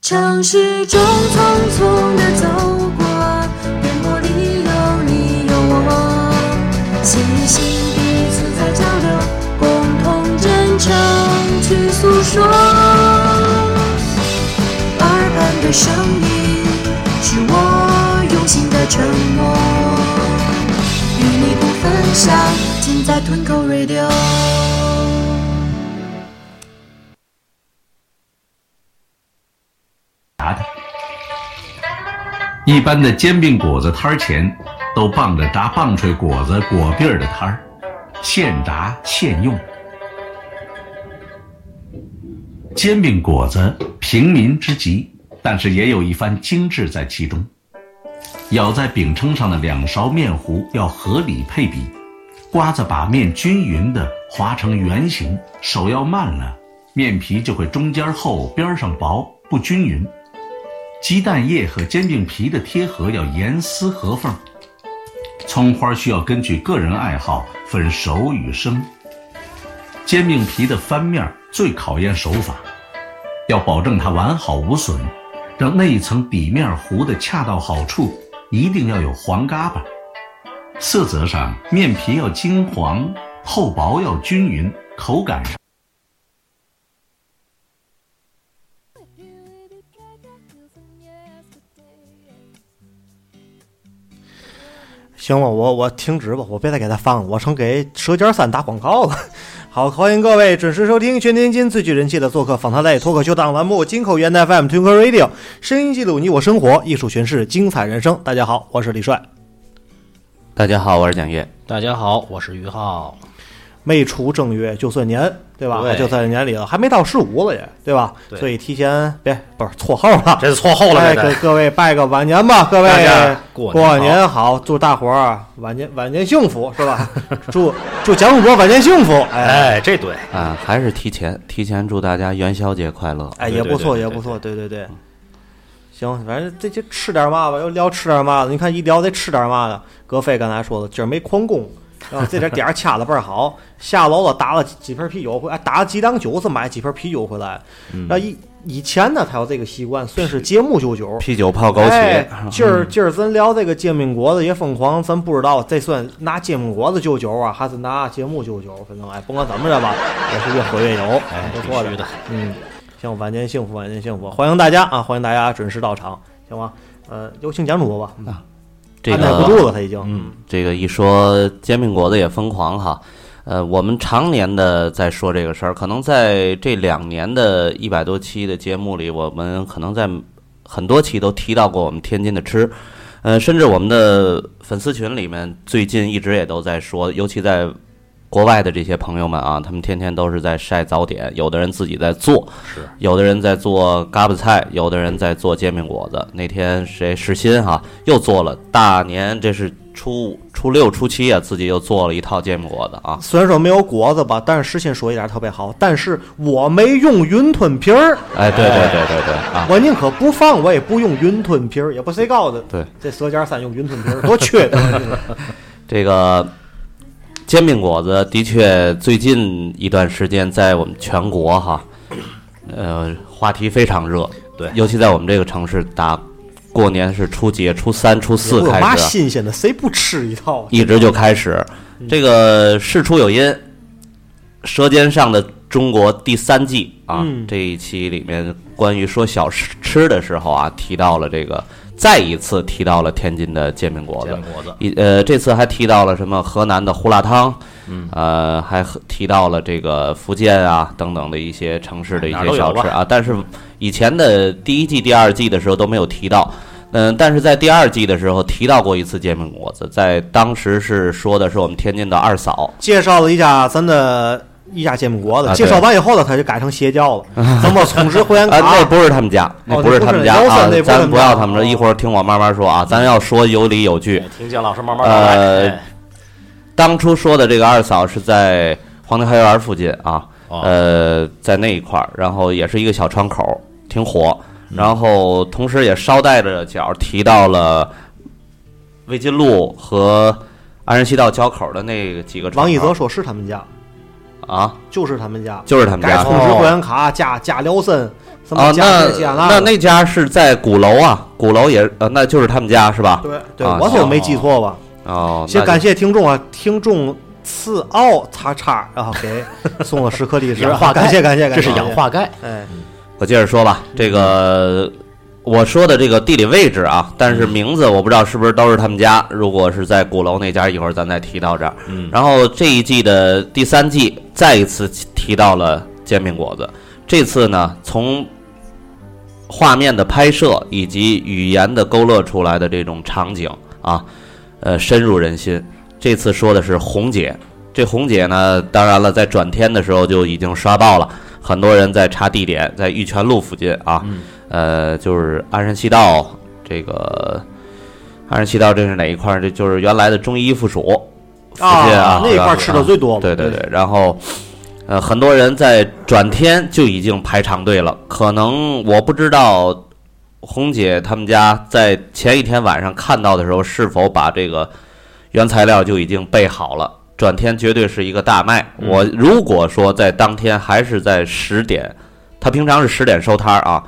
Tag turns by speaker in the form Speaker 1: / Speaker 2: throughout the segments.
Speaker 1: 城市中匆匆地走过，烟波里有你有我，心与心彼此在交流，共同真诚去诉说。耳畔的声音是我用心的承诺，与你不分享，尽在吞口 radio。
Speaker 2: 一般的煎饼果子摊儿前都傍着炸棒槌果子果篦儿的摊儿，现炸现用。煎饼果子平民之极，但是也有一番精致在其中。舀在饼铛上的两勺面糊要合理配比，瓜子把面均匀的划成圆形，手要慢了，面皮就会中间厚，边上薄，不均匀。鸡蛋液和煎饼皮的贴合要严丝合缝，葱花需要根据个人爱好分熟与生。煎饼皮的翻面最考验手法，要保证它完好无损，让那一层底面糊的恰到好处，一定要有黄嘎巴。色泽上，面皮要金黄，厚薄要均匀，口感上。
Speaker 3: 行吧，我我停止吧，我别再给他放了，我成给《舌尖三》打广告了。 好，欢迎各位准时收听全天津最具人气的做客访谈类脱口秀档栏目《金口源 FM t w i n k l Radio》，声音记录你我生活，艺术诠释精彩人生。大家好，我是李帅。
Speaker 4: 大家好，我是蒋越。
Speaker 5: 大家好，我是于浩。
Speaker 3: 没出正月就算年，对吧？
Speaker 5: 对
Speaker 3: 就算年里了，还没到十五了也，对吧？
Speaker 5: 对
Speaker 3: 所以提前别不是错后了，
Speaker 5: 这是错后了
Speaker 3: 哎
Speaker 5: 这
Speaker 3: 给
Speaker 5: 个
Speaker 3: 各位拜个晚年吧，各位
Speaker 5: 大家
Speaker 3: 过
Speaker 5: 过年好
Speaker 3: 年好，祝大伙儿晚年晚年幸福，是吧？祝 祝蒋主播晚年幸福，哎
Speaker 5: 哎，这对，
Speaker 4: 啊，还是提前提前祝大家元宵节快乐。
Speaker 3: 哎，
Speaker 5: 啊对
Speaker 3: 也不错，
Speaker 5: 对对
Speaker 3: 也
Speaker 5: 对嗯
Speaker 3: 不错，对对对。行，反正这就吃点嘛吧，又聊吃点嘛的。你看一聊得吃点嘛的，葛飞刚才说的，今儿没旷工，然后这点点儿掐的倍儿好，下楼了打了几几瓶啤酒回，哎，打了几档酒是买几瓶啤酒回来。
Speaker 5: 嗯
Speaker 3: 那以以前呢，他有这个习惯，算是节目酒酒。
Speaker 4: 啤酒泡枸杞，
Speaker 3: 哎，今儿今儿咱聊这个煎饼果子也疯狂，咱不知道这算拿煎饼果子救酒啊，还是拿节目救酒，反正哎，甭管怎么着吧，也是越喝越有，哎，不错
Speaker 5: 必须的
Speaker 3: 嗯，行，晚年幸福，晚年幸福，欢迎大家啊，欢迎大家准时到场，行吗？呃，有请蒋主播吧，
Speaker 4: 这
Speaker 3: 按耐不
Speaker 4: 个
Speaker 3: 住了，他已经，
Speaker 4: 嗯，这个一说煎饼果子也疯狂哈。呃，我们常年的在说这个事儿，可能在这两年的一百多期的节目里，我们可能在很多期都提到过我们天津的吃，呃，甚至我们的粉丝群里面最近一直也都在说，尤其在国外的这些朋友们啊，他们天天都是在晒早点，有的人自己在做，
Speaker 5: 是，
Speaker 4: 有的人在做嘎巴菜，有的人在做煎饼果子。那天谁石鑫哈、又做了，大年这是初五、初六、初七啊，自己又做了一套煎饼果子啊。
Speaker 3: 虽然说没有果子吧，但是诗欣说一点特别好，但是我没用云吞皮儿，
Speaker 4: 哎，对对对对对啊，
Speaker 3: 我宁可不放，我也不用云吞皮儿，也不谁告的，
Speaker 4: 对，
Speaker 3: 这舌尖三用云吞皮儿多缺德。啊这个
Speaker 4: 这个煎饼果子的确最近一段时间在我们全国哈，呃，话题非常热，
Speaker 5: 对
Speaker 4: 尤其在我们这个城市，打过年是初几、啊初三、初四
Speaker 3: 有
Speaker 4: 开
Speaker 3: 嘛
Speaker 4: 始啊，
Speaker 3: 新鲜的？谁不吃一套？啊
Speaker 4: 一直就开始。这个事出有因，《舌尖上的
Speaker 6: 中国第三季啊、
Speaker 3: 嗯
Speaker 6: 这一期里面，关于说小吃吃的时候啊，提到了这个，再一次提到了天津的煎饼果
Speaker 7: 煎
Speaker 6: 子。
Speaker 7: 饼果子，
Speaker 6: 一呃，这次还提到了什么河南的胡辣汤，嗯，呃，还和提到了这个福建啊等等的一些城市的一
Speaker 7: 哪儿都
Speaker 6: 些
Speaker 7: 有
Speaker 6: 小吃
Speaker 7: 吧
Speaker 6: 啊，但是以前的第一季、第二季的时候都没有提到。嗯，但是在第二季的时候提到过一次煎饼果子，在当时是说的是我们天津的二嫂，
Speaker 3: 介绍了一家咱的一家煎饼果子，
Speaker 6: 啊对
Speaker 3: 介绍完以后呢，他就改成邪教 了，咱们充值会员
Speaker 6: 啊，那
Speaker 3: 卡。
Speaker 6: 不是他们家，那
Speaker 3: 哦
Speaker 6: 不是他们家
Speaker 3: 那不是
Speaker 6: 啊
Speaker 3: 那不是，他
Speaker 6: 咱
Speaker 3: 们
Speaker 6: 不
Speaker 3: 家哦
Speaker 6: 要他们说，一会儿听我慢慢说啊，咱要说有理有据
Speaker 7: 哎。听姜老师慢慢道来。
Speaker 6: 呃
Speaker 7: 哎
Speaker 6: 当初说的这个二嫂是在黄金海园附近啊，
Speaker 7: 哦
Speaker 6: 呃，在那一块儿，然后也是一个小窗口，挺火，
Speaker 3: 嗯
Speaker 6: 然后同时也捎带着脚提到了魏金路和安仁西道交口的那几个
Speaker 3: 王一泽
Speaker 6: 城
Speaker 3: 说是他们家，
Speaker 6: 啊啊，
Speaker 3: 就是他们家，
Speaker 6: 就是他们
Speaker 3: 改
Speaker 6: 家
Speaker 3: 充值会员卡加加辽参，什么
Speaker 6: 啊，
Speaker 3: 加
Speaker 6: 那
Speaker 3: 这加
Speaker 6: 那
Speaker 3: 的
Speaker 6: 那家是在鼓楼啊，鼓楼也呃，那就是他们家是吧？
Speaker 3: 对对，
Speaker 6: 啊
Speaker 3: 我说我没记错吧？
Speaker 6: 哦，
Speaker 3: 先
Speaker 6: 那
Speaker 3: 感谢听众啊，听众次奥叉叉，然后 给送了十颗荔枝，
Speaker 7: 氧化钙
Speaker 3: 感谢感谢感谢，
Speaker 7: 这是氧化钙，
Speaker 3: 哎，
Speaker 6: 我接着说吧，这个我说的这个地理位置啊，但是名字我不知道是不是都是他们家。如果是在鼓楼那家，一会儿咱再提到这儿。
Speaker 7: 嗯，
Speaker 6: 然后这一季的第三季再一次提到了煎饼果子，这次呢从。画面的拍摄以及语言的勾勒出来的这种场景啊，呃，深入人心。这次说的是红姐，这红姐呢，当然了，在转天的时候就已经刷爆了，很多人在查地点，在玉泉路附近啊，
Speaker 3: 嗯
Speaker 6: 呃，就是鞍山西道这个鞍山西道，这是哪一块儿？这就是原来的中医附属附近
Speaker 3: 啊，那一块
Speaker 6: 啊
Speaker 3: 儿吃的最多，
Speaker 6: 对对对，然后。呃，很多人在转天就已经排长队了。可能我不知道红姐他们家在前一天晚上看到的时候，是否把这个原材料就已经备好了。转天绝对是一个大卖。我如果说在当天还是在十点，他平常是十点收摊儿啊，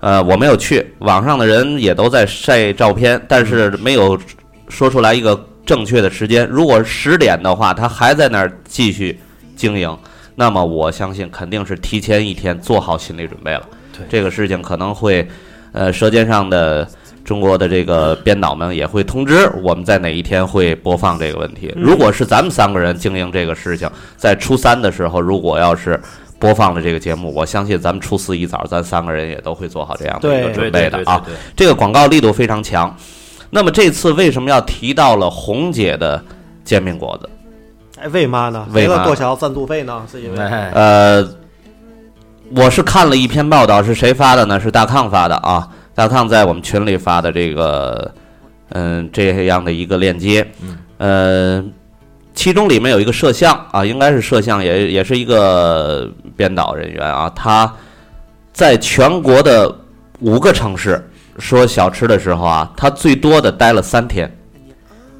Speaker 6: 呃，我没有去，网上的人也都在晒照片，但是没有说出来一个正确的时间。如果十点的话，他还在那儿继续经营，那么我相信肯定是提前一天做好心理准备了。
Speaker 7: 对
Speaker 6: 这个事情可能会，呃，舌尖上的中国的这个编导们也会通知我们在哪一天会播放这个问题。
Speaker 7: 嗯
Speaker 6: 如果是咱们三个人经营这个事情，在初三的时候，如果要是。播放了这个节目，我相信咱们初四一早，咱三个人也都会做好这样的一个
Speaker 3: 对
Speaker 6: 准
Speaker 7: 对
Speaker 6: 备
Speaker 7: 对
Speaker 6: 的
Speaker 7: 对
Speaker 6: 啊。
Speaker 7: 对，
Speaker 6: 这个广告力度非常强。那么这次为什么要提到了红姐的煎饼果子？
Speaker 3: 哎，为嘛呢？给
Speaker 6: 为嘛
Speaker 3: 了多少赞助费呢？是因为
Speaker 7: 哎，
Speaker 6: 呃，我是看了一篇报道，是谁发的呢？是大康发的啊，大康在我们群里发的这个，嗯，这样的一个链接，呃，其中里面有一个摄像啊，应该是摄像，也也是一个编导人员啊，他在全国的五个城市说小吃的时候啊，他最多的待了三天，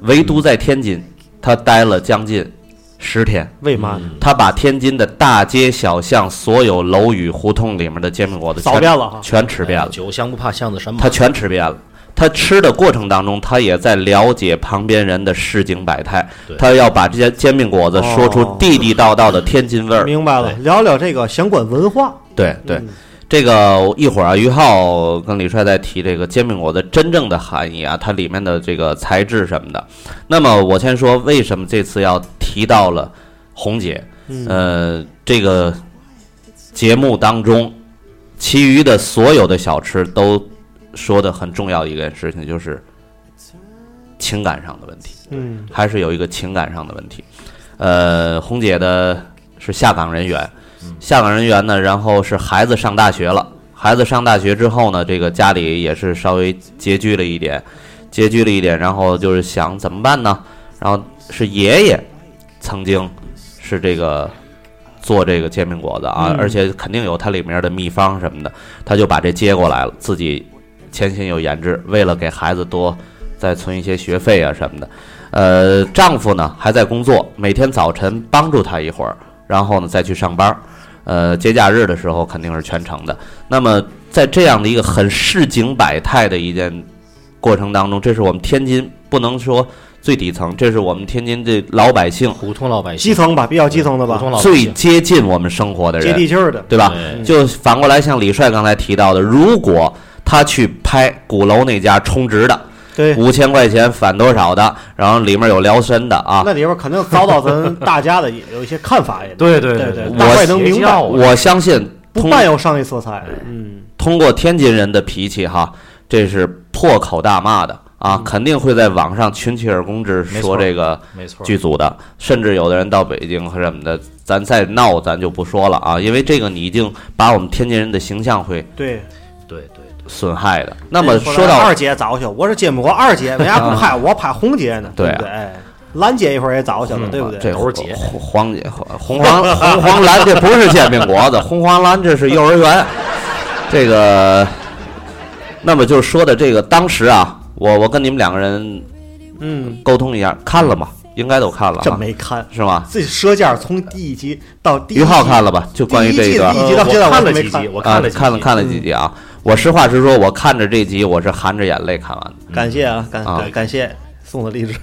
Speaker 6: 唯独在天津，他待了将近十天。
Speaker 3: 为嘛呢？
Speaker 6: 他把天津的大街小巷、所有楼宇、胡同里面的煎饼果子
Speaker 3: 扫
Speaker 6: 全
Speaker 3: 遍了哈。
Speaker 6: 全吃遍了，
Speaker 7: 酒香不怕巷子深嘛。
Speaker 6: 他全吃遍了。他吃的过程当中，他也在了解旁边人的市井百态
Speaker 7: 对。
Speaker 6: 他要把这些煎饼果子说出
Speaker 3: 哦
Speaker 6: 地地道道的天津味儿。
Speaker 3: 明白了，聊聊这个相关文化。
Speaker 6: 对对
Speaker 3: 嗯，
Speaker 6: 这个我一会儿啊，于浩跟李帅在提这个煎饼果子真正的含义啊，它里面的这个材质什么的。那么我先说为什么这次要提到了红姐，
Speaker 3: 嗯
Speaker 6: 呃，这个节目当中，其余的所有的小吃都说的很重要一件事情，就是情感上的问题。
Speaker 3: 嗯，
Speaker 6: 还是有一个情感上的问题。呃，红姐的是下岗人员，下岗人员呢，然后是孩子上大学了，孩子上大学之后呢，这个家里也是稍微拮据了一点，拮据了一点，然后就是想怎么办呢？然后是爷爷曾经是这个做这个煎饼果子啊，而且肯定有它里面的秘方什么的，他就把这接过来了，自己潜心有研制，为了给孩子多再存一些学费啊什么的。呃，丈夫呢还在工作，每天早晨帮助她一会儿，然后呢再去上班儿。呃，节假日的时候肯定是全程的。那么在这样的一个很市井百态的一件过程当中，这是我们天津不能说最底层，这是我们天津这老百姓
Speaker 7: 普通老
Speaker 6: 哎
Speaker 7: 百姓，
Speaker 3: 基层吧，比较基层的
Speaker 7: 普
Speaker 3: 吧，
Speaker 7: 通老百
Speaker 6: 最
Speaker 7: 姓，
Speaker 6: 接近我们生活的
Speaker 3: 接地
Speaker 6: 人，
Speaker 3: 气哎儿的。
Speaker 6: 对吧？
Speaker 7: 对
Speaker 6: 就反过来，像李帅刚才提到的，如果他去拍鼓楼那家充值的，
Speaker 3: 对，
Speaker 6: 五千块钱返多少的，然后里面有辽参的啊，
Speaker 3: 那里边肯定遭到 咱大家的也有一些看法也。
Speaker 7: 对对
Speaker 3: 对
Speaker 7: 对，
Speaker 3: 大
Speaker 6: 我
Speaker 3: 概能明白，
Speaker 6: 我相信
Speaker 3: 不
Speaker 6: 通
Speaker 3: 伴有商业色彩。嗯，
Speaker 6: 通过天津人的脾气哈，这是破口大骂的啊，肯定会在网上群起而攻之，
Speaker 7: 没
Speaker 6: 说
Speaker 7: 错
Speaker 6: 这个
Speaker 7: 没错，
Speaker 6: 剧组的，甚至有的人到北京和什么的，咱再闹咱就不说了啊，因为这个你已经把我们天津人的形象会
Speaker 3: 对。
Speaker 7: 对对对，
Speaker 6: 损害的。那么
Speaker 3: 说
Speaker 6: 说到
Speaker 3: 二姐早去，我是金木国二姐，为啥不 拍我拍红姐呢？
Speaker 6: 对
Speaker 3: 对
Speaker 6: 啊
Speaker 3: 不对？哎兰姐一会儿也早去了，
Speaker 7: 嗯
Speaker 3: 对不对？
Speaker 6: 这
Speaker 7: 猴儿姐
Speaker 6: 红黄姐红红黄红黄蓝，这不是煎饼果子，红黄蓝这是幼儿园。这个，那么就是说的这个，当时啊，我我跟你们两个人
Speaker 3: 嗯，
Speaker 6: 沟通一下，看了吗？应该都看了啊，
Speaker 3: 真没看，
Speaker 6: 是吗？
Speaker 3: 自己舌尖儿从第一集到第一
Speaker 6: 于
Speaker 3: 集
Speaker 6: 浩看了吧？就关于这一段
Speaker 3: 第一集到
Speaker 7: 我
Speaker 3: 现在我
Speaker 7: 看
Speaker 3: 都
Speaker 7: 了
Speaker 3: 没
Speaker 7: 几
Speaker 3: 看
Speaker 7: 集，我
Speaker 6: 啊，
Speaker 7: 了
Speaker 6: 看
Speaker 7: 看
Speaker 6: 看了几集啊。我实话实说，我看着这集，我是含着眼泪看完的。
Speaker 3: 感谢啊，感
Speaker 6: 啊
Speaker 3: 感感谢送的荔枝，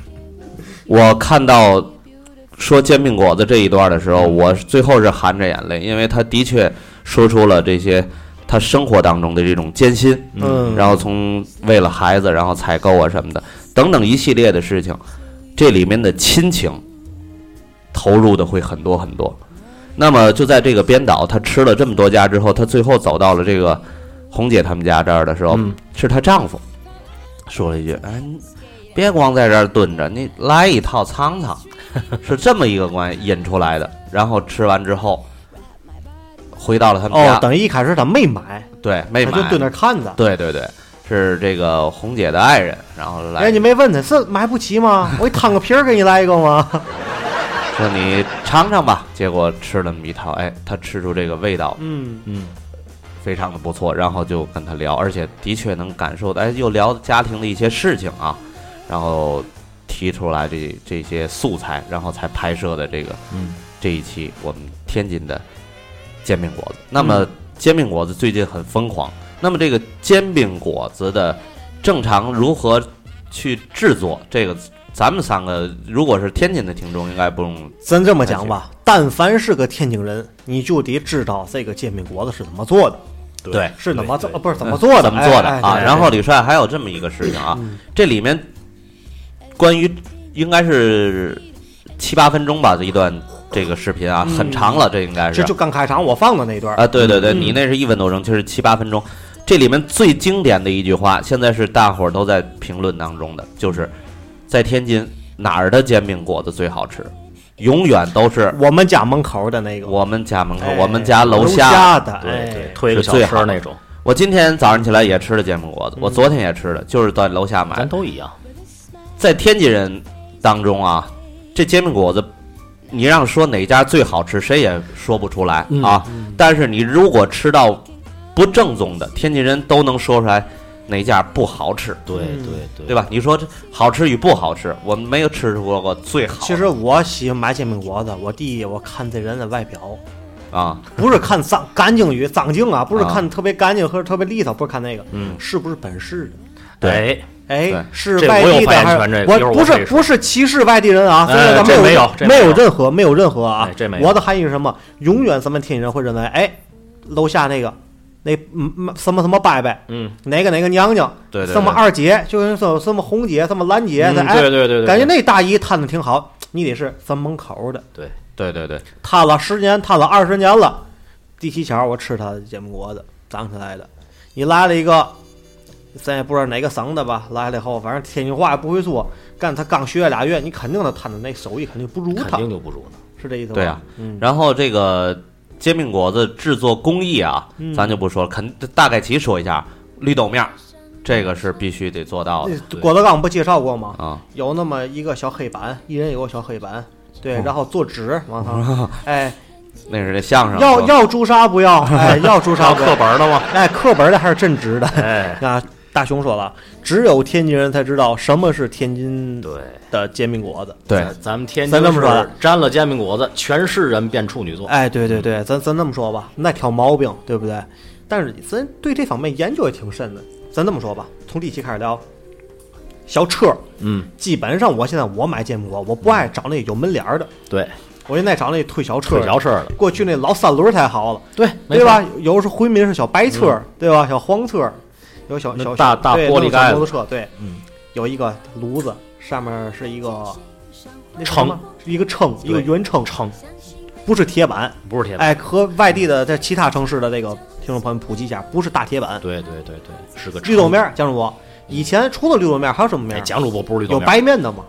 Speaker 6: 我看到说煎饼果子这一段的时候，我最后是含着眼泪，因为他的确说出了这些他生活当中的这种艰辛，
Speaker 3: 嗯
Speaker 6: 然后从为了孩子，然后采购啊什么的，等等一系列的事情，这里面的亲情投入的会很多很多。那么就在这个编导他吃了这么多家之后，他最后走到了这个红姐他们家这儿的时候，
Speaker 3: 嗯
Speaker 6: 是她丈夫说了一句：“哎，你别光在这儿蹲着，你来一套尝 尝。”是这么一个关系引出来的。然后吃完之后，回到了他们家，
Speaker 3: 哦，等于一开始他没买，
Speaker 6: 对，没
Speaker 3: 他
Speaker 6: 买，
Speaker 3: 就蹲那儿看着，
Speaker 6: 对对对，是这个红姐的爱人，然后来
Speaker 3: 人家哎没问他是买不起 吗？我给摊个皮儿给你来一个吗？
Speaker 6: 说你尝尝吧。结果吃了那么一套，哎，他吃出这个味道
Speaker 3: 嗯，
Speaker 6: 非常的不错，然后就跟他聊，而且的确能感受到，哎，又聊家庭的一些事情啊，然后提出来这这些素材，然后才拍摄的这个
Speaker 7: 嗯
Speaker 6: 这一期我们天津的煎饼果子。那么煎饼果子最近很疯狂，那么这个煎饼果子的正常如何去制作，这个咱们三个如果是天津的听众，应该不用
Speaker 3: 咱这么讲吧，但凡是个天津人，你就得知道这个煎饼果子是怎么做的，
Speaker 6: 对
Speaker 3: 是怎么做，
Speaker 7: 对
Speaker 3: 呃不是怎么做的，
Speaker 6: 嗯怎么做的
Speaker 3: 哎哎
Speaker 6: 啊？
Speaker 3: 哎嗯
Speaker 6: 然后李帅还有这么一个事情啊，这里面关于应该是七八分钟吧这一段这个视频啊，
Speaker 3: 嗯
Speaker 6: 很长了，这应该是
Speaker 3: 这就嗯刚开场我放的那段儿，
Speaker 6: 啊，对对对，你那是一分多钟，就是七八分钟。这里面最经典的一句话，现在是大伙儿都在评论当中的，就是在天津哪儿的煎饼果子最好吃，永远都是
Speaker 3: 我们家门口的那个，
Speaker 6: 呃我们家门口、
Speaker 3: 哎
Speaker 6: 我们家楼
Speaker 3: 楼
Speaker 6: 下
Speaker 3: 的，
Speaker 7: 对对
Speaker 3: 哎，
Speaker 7: 推个小
Speaker 6: 是最好
Speaker 7: 车
Speaker 6: 的
Speaker 7: 那种，
Speaker 6: 我今天早上起来也吃了煎饼果子，
Speaker 3: 嗯
Speaker 6: 我昨天也吃了，就是在楼
Speaker 4: 哎
Speaker 6: 下买的
Speaker 7: 咱。都一样，
Speaker 6: 在天津人当中啊，这煎饼果子，你让说哪家最好吃，谁也说不出来
Speaker 7: 嗯
Speaker 6: 啊。但是你如果吃到不正宗的，天津人都能说出来哪家不好吃，
Speaker 7: 对
Speaker 3: 嗯
Speaker 7: 对对
Speaker 6: 对吧？你说这好吃与不好吃，我们没有吃出过最好的。
Speaker 3: 其实我喜欢买煎饼果子，我第一我看这人的外 表，
Speaker 6: 啊，
Speaker 3: 不是看脏干净与脏净啊，不是
Speaker 6: 啊
Speaker 3: 看特别干净或者特别利索，不是看那个，
Speaker 6: 嗯
Speaker 3: 是不是本市的？
Speaker 7: 对，
Speaker 6: 对
Speaker 3: 哎，是
Speaker 7: 这
Speaker 3: 外
Speaker 7: 我
Speaker 3: 地
Speaker 7: 有
Speaker 3: 的
Speaker 7: 发言
Speaker 3: 还
Speaker 7: 权
Speaker 3: 是
Speaker 7: 这个一会儿我
Speaker 3: 不
Speaker 7: 可
Speaker 3: 是
Speaker 7: 以
Speaker 3: 不是歧视外地人啊，
Speaker 7: 哎
Speaker 3: 真的咱
Speaker 7: 这没
Speaker 3: 没
Speaker 7: 有这
Speaker 3: 没
Speaker 7: 没有
Speaker 3: 有任何没有任何啊
Speaker 7: 哎，这没有
Speaker 3: 我的含义是什么？永远咱们天津人会认为，哎，楼下那个那嗯嗯什么什么伯伯，
Speaker 7: 嗯，
Speaker 3: 哪个哪个娘娘，
Speaker 6: 对对对
Speaker 3: 什么二姐，就是说什么红姐，什么兰姐，
Speaker 7: 嗯
Speaker 3: 那哎，
Speaker 7: 对对对对
Speaker 3: 感觉那大姨摊的挺好，你得是咱门口的，
Speaker 7: 对，
Speaker 6: 对对对，
Speaker 3: 摊了十年，摊了二十年了。第七桥我吃他的煎饼果子，长起来的。你来了一个，咱也不知道哪个省的吧，来了以后，反正天津话也不会说，干他刚学俩月，你肯定他摊的那手艺肯定不如
Speaker 7: 肯
Speaker 3: 他，
Speaker 7: 定就不如呢，
Speaker 3: 是这意思吧？
Speaker 6: 对啊
Speaker 3: 嗯，
Speaker 6: 然后这个煎饼果子制作工艺啊，
Speaker 7: 嗯
Speaker 6: 咱就不说了，肯大概齐说一下，绿豆面儿，这个是必须得做到的
Speaker 3: 那郭德纲不介绍过吗？
Speaker 6: 啊。
Speaker 3: 有那么一个小黑板，一人有个小黑板，
Speaker 7: 哦
Speaker 3: 对，然后做纸往上， 哎，
Speaker 6: 那是这相声啊
Speaker 3: 要
Speaker 6: 说
Speaker 3: 要朱砂不要？哎，要朱砂
Speaker 7: 上
Speaker 3: 不要
Speaker 7: 课？本了吗？
Speaker 3: 哎，课本的还是真值的。
Speaker 7: 哎，
Speaker 3: 那大熊说了，只有天津人才知道什么是天津
Speaker 7: 对。
Speaker 3: 的煎饼果子。
Speaker 6: 对
Speaker 7: 咱咱们天津
Speaker 3: 咱这么说
Speaker 7: 是嗯沾了煎饼果子，全市人变处女座。
Speaker 3: 哎，对对对，咱咱这么说吧，那挑毛病，对不对？但是咱对这方面研究也挺深的。咱这么说吧，从第一期开始聊，小车，
Speaker 7: 嗯，
Speaker 3: 基本上我现在我买煎饼果，我不爱找那有门脸儿的，
Speaker 7: 对，
Speaker 3: 我现在找那推小车
Speaker 7: 腿
Speaker 3: 的。
Speaker 7: 小车的，
Speaker 3: 过去那老三轮儿太好了，
Speaker 7: 对
Speaker 3: 对？吧？有时候回民是小白车，对吧？小黄车，有小
Speaker 7: 嗯那
Speaker 3: 小
Speaker 7: 大
Speaker 3: 小
Speaker 7: 大
Speaker 3: 对
Speaker 7: 玻璃
Speaker 3: 那种
Speaker 7: 盖
Speaker 3: 小
Speaker 7: 子
Speaker 3: 摩托车，对，
Speaker 7: 嗯
Speaker 3: 有一个炉子，上面是一个那是什
Speaker 7: 撑
Speaker 3: 么一个撑，一个
Speaker 7: 对
Speaker 3: 圆撑，撑，不是铁板。
Speaker 7: 没错不是铁板，
Speaker 3: 哎，和外地的在其他城市的这个听众朋友们普及一下，不是大铁板，
Speaker 7: 对对对对，是个
Speaker 3: 绿豆面儿，江主播。以前除了绿豆面儿还有什么面
Speaker 7: 哎，
Speaker 3: 儿？
Speaker 7: 蒋主播不是绿豆
Speaker 3: 有
Speaker 7: 面，
Speaker 3: 白面的吗？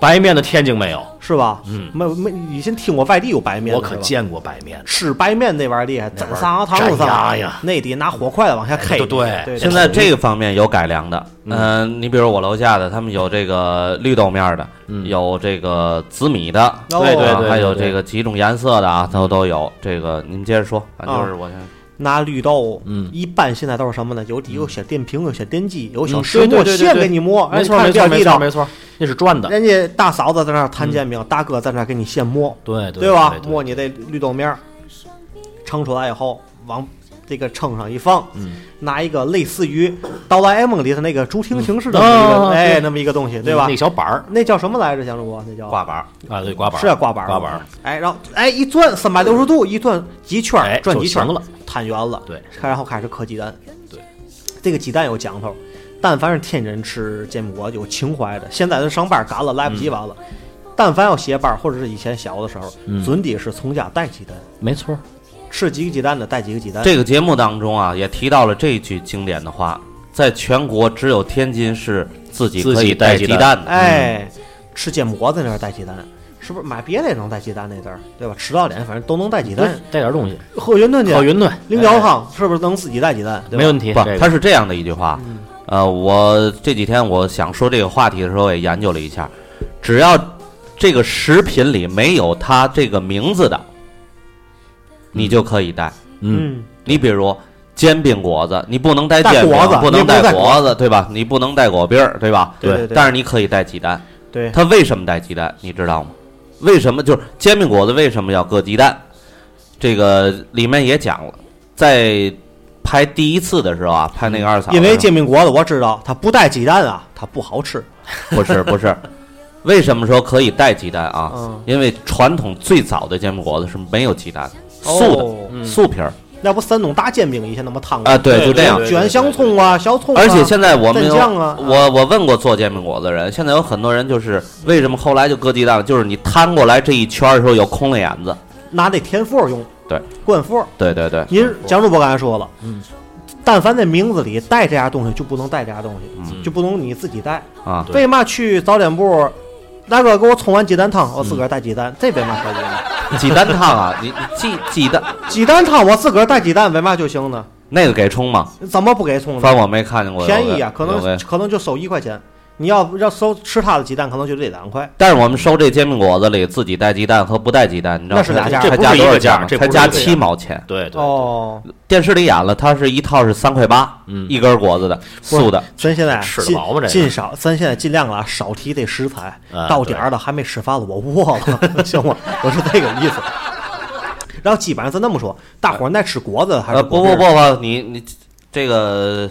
Speaker 7: 白面的天津没有，
Speaker 3: 是吧？
Speaker 7: 嗯
Speaker 3: 没有没，以前听过外地有白面的，
Speaker 7: 我可
Speaker 3: 是吧
Speaker 7: 见过白面，
Speaker 3: 吃白面那玩意儿厉害，
Speaker 7: 那玩
Speaker 3: 整
Speaker 7: 意儿
Speaker 3: 仨汤子
Speaker 7: 蘸
Speaker 3: 上
Speaker 7: 鸭呀，
Speaker 3: 那得拿火筷子往下开。
Speaker 7: 哎对对
Speaker 3: 对，
Speaker 6: 现在这个方面有改良的，嗯，你比如我楼下的，他们有这个绿豆面儿的，
Speaker 7: 嗯
Speaker 6: 有这个紫米的，
Speaker 3: 哦
Speaker 7: 对对
Speaker 6: 啊
Speaker 7: 对，
Speaker 6: 还有
Speaker 7: 对对
Speaker 6: 这个几种颜色的啊，都都有。这个您接着说，
Speaker 7: 啊
Speaker 6: 反正就是我先
Speaker 3: 拿绿豆，
Speaker 7: 嗯
Speaker 3: 一般现在都是什么呢？有底有小电瓶，有小电机，有小
Speaker 7: 嗯
Speaker 3: 石
Speaker 7: 对
Speaker 3: 磨
Speaker 7: 对对对
Speaker 3: 现
Speaker 7: 对
Speaker 3: 给你磨，哎
Speaker 7: 没
Speaker 3: 你
Speaker 7: 错
Speaker 3: 看
Speaker 7: 没
Speaker 3: 这
Speaker 7: 错没
Speaker 3: 地
Speaker 7: 错
Speaker 3: 道。
Speaker 7: 没错，那是转的，
Speaker 3: 人家大嫂子在那儿摊煎饼，大哥在那儿给你现磨，
Speaker 7: 对对
Speaker 3: 对吧？磨
Speaker 7: 你
Speaker 3: 你这绿豆面儿，盛出来以后往这个秤上一放，
Speaker 7: 嗯
Speaker 3: 拿一个类似于《哆啦 A 梦》里头那个竹蜻蜓式的
Speaker 7: 嗯
Speaker 3: 那个
Speaker 7: 啊
Speaker 3: 哎
Speaker 7: 对
Speaker 3: 那么一个东西，对吧
Speaker 7: 那？小板儿
Speaker 3: 那叫什么来着？江主播，那叫
Speaker 6: 挂板儿。
Speaker 7: 啊，对挂板儿
Speaker 3: 是啊，挂板儿
Speaker 7: 挂板儿，
Speaker 3: 哎，然后哎一转三百六十度，一转几圈儿
Speaker 7: 哎，
Speaker 3: 转几
Speaker 7: 就
Speaker 3: 圈儿
Speaker 7: 行了，
Speaker 3: 摊圆了，
Speaker 7: 对，
Speaker 3: 开然后开始磕鸡蛋，
Speaker 7: 对，
Speaker 3: 这个鸡蛋有讲头，但凡是天津人吃煎饼果子有情怀的，现在人上班赶了来不及完了，但凡要歇班儿或者是以前小的时候，
Speaker 7: 嗯
Speaker 3: 准得是从家带鸡蛋，
Speaker 7: 没错，
Speaker 3: 吃几个鸡蛋的带几个鸡蛋，
Speaker 6: 这个节目当中啊，也提到了这句经典的话：在全国只有天津是自己
Speaker 7: 自
Speaker 6: 可
Speaker 7: 己
Speaker 6: 以
Speaker 7: 带
Speaker 6: 带
Speaker 7: 鸡
Speaker 6: 蛋
Speaker 7: 蛋
Speaker 6: 的。
Speaker 3: 哎，吃煎饼果子那儿带鸡蛋，是不是买别的也能带鸡蛋那阵儿，对吧？吃到点反正都能带鸡
Speaker 7: 对
Speaker 3: 蛋，，
Speaker 7: 带点东西，
Speaker 3: 喝云吞去
Speaker 7: 烤。云吞，
Speaker 3: 菱角汤是不是能自己带鸡蛋？对吧
Speaker 7: 没问题，
Speaker 6: 不
Speaker 7: 这个，
Speaker 6: 它是这样的一句话。
Speaker 3: 嗯
Speaker 6: 呃，我这几天我想说这个话题的时候也研究了一下，只要这个食品里没有它这个名字的，你就可以带。
Speaker 7: 嗯，
Speaker 3: 嗯，
Speaker 6: 你比如煎饼果子，你不能带
Speaker 3: 带
Speaker 6: 煎饼
Speaker 3: 果子，
Speaker 6: 不
Speaker 3: 你
Speaker 6: 能
Speaker 3: 不能带
Speaker 6: 果子，对吧？你不能带果篦儿，对吧？
Speaker 3: 对对对
Speaker 6: 但是你可以带鸡蛋。
Speaker 3: 对，
Speaker 6: 它为什么带鸡蛋？你知道吗？为什么就是煎饼果子为什么要搁鸡蛋？这个里面也讲了，在拍第一次的时候啊，拍那个二嫂的时
Speaker 3: 因
Speaker 6: 候，
Speaker 3: 为煎饼果子我知道它不带鸡蛋啊，它不好吃。
Speaker 6: 不是不是，为什么说可以带鸡蛋啊？
Speaker 3: 嗯
Speaker 6: 因为传统最早的煎饼果子是没有鸡蛋的，素的、
Speaker 3: 哦
Speaker 7: 嗯
Speaker 6: 素皮儿
Speaker 3: 那不山东大煎饼以前那么烫
Speaker 6: 啊，对，就这样。
Speaker 7: 对对
Speaker 3: 卷香葱啊，小葱啊。
Speaker 6: 而且现在我们有
Speaker 3: 蘸酱啊
Speaker 6: 我我问过做煎饼果子的人，现在有很多人就是为什么后来就搁鸡蛋，就是你摊过来这一圈儿的时候有空了眼子，
Speaker 3: 拿那填缝用，
Speaker 6: 对，
Speaker 3: 灌缝。
Speaker 6: 对对对，
Speaker 3: 您蒋主播刚才说了，
Speaker 7: 嗯，
Speaker 3: 但凡在名字里带这样东西，就不能带这样东西，
Speaker 6: 嗯
Speaker 3: 就不能你自己带。
Speaker 6: 啊，
Speaker 7: 对
Speaker 3: 为嘛去早点部？大哥给我冲完鸡蛋汤，我自个儿带鸡蛋，这为嘛可以呢？
Speaker 6: 鸡蛋汤啊，你你鸡鸡蛋
Speaker 3: 鸡蛋汤我自个儿带鸡蛋，为嘛就行呢？
Speaker 6: 那个给充吗？
Speaker 3: 怎么不给冲呢？
Speaker 6: 反正我没看见过有个，
Speaker 3: 便宜啊，可
Speaker 6: 有
Speaker 3: 能
Speaker 6: 个
Speaker 3: 可能就收一块钱。你要要收吃他的鸡蛋，可能就得两块。
Speaker 6: 但是我们收这煎饼果子里自己带鸡蛋和不带鸡蛋，你知道
Speaker 3: 那是俩价
Speaker 6: 它
Speaker 7: 这不
Speaker 6: 加
Speaker 7: 是一
Speaker 6: 多
Speaker 7: 个
Speaker 6: 少
Speaker 7: 价
Speaker 6: 钱吗？
Speaker 7: 这
Speaker 6: 它
Speaker 7: 不是
Speaker 6: 加
Speaker 7: 一个
Speaker 6: 七
Speaker 7: 价
Speaker 6: 毛钱。
Speaker 7: 对对，
Speaker 3: 哦，
Speaker 6: 电视里演了，它是一套是三块八，
Speaker 7: 嗯
Speaker 6: 一根果子的素的，
Speaker 3: 咱现在
Speaker 7: 吃得
Speaker 3: 尽
Speaker 7: 饱吗这个
Speaker 3: 尽少，咱现在尽量啊，少提这食材。
Speaker 7: 啊
Speaker 3: 到点儿了还没吃饭了，我饿了， 行吗？我是这个意思。然后基本上咱那么说，大伙儿爱吃果子还
Speaker 6: 呃，
Speaker 3: 是果
Speaker 6: 不不
Speaker 3: 汁
Speaker 6: 不
Speaker 3: 儿
Speaker 6: 不，你你这个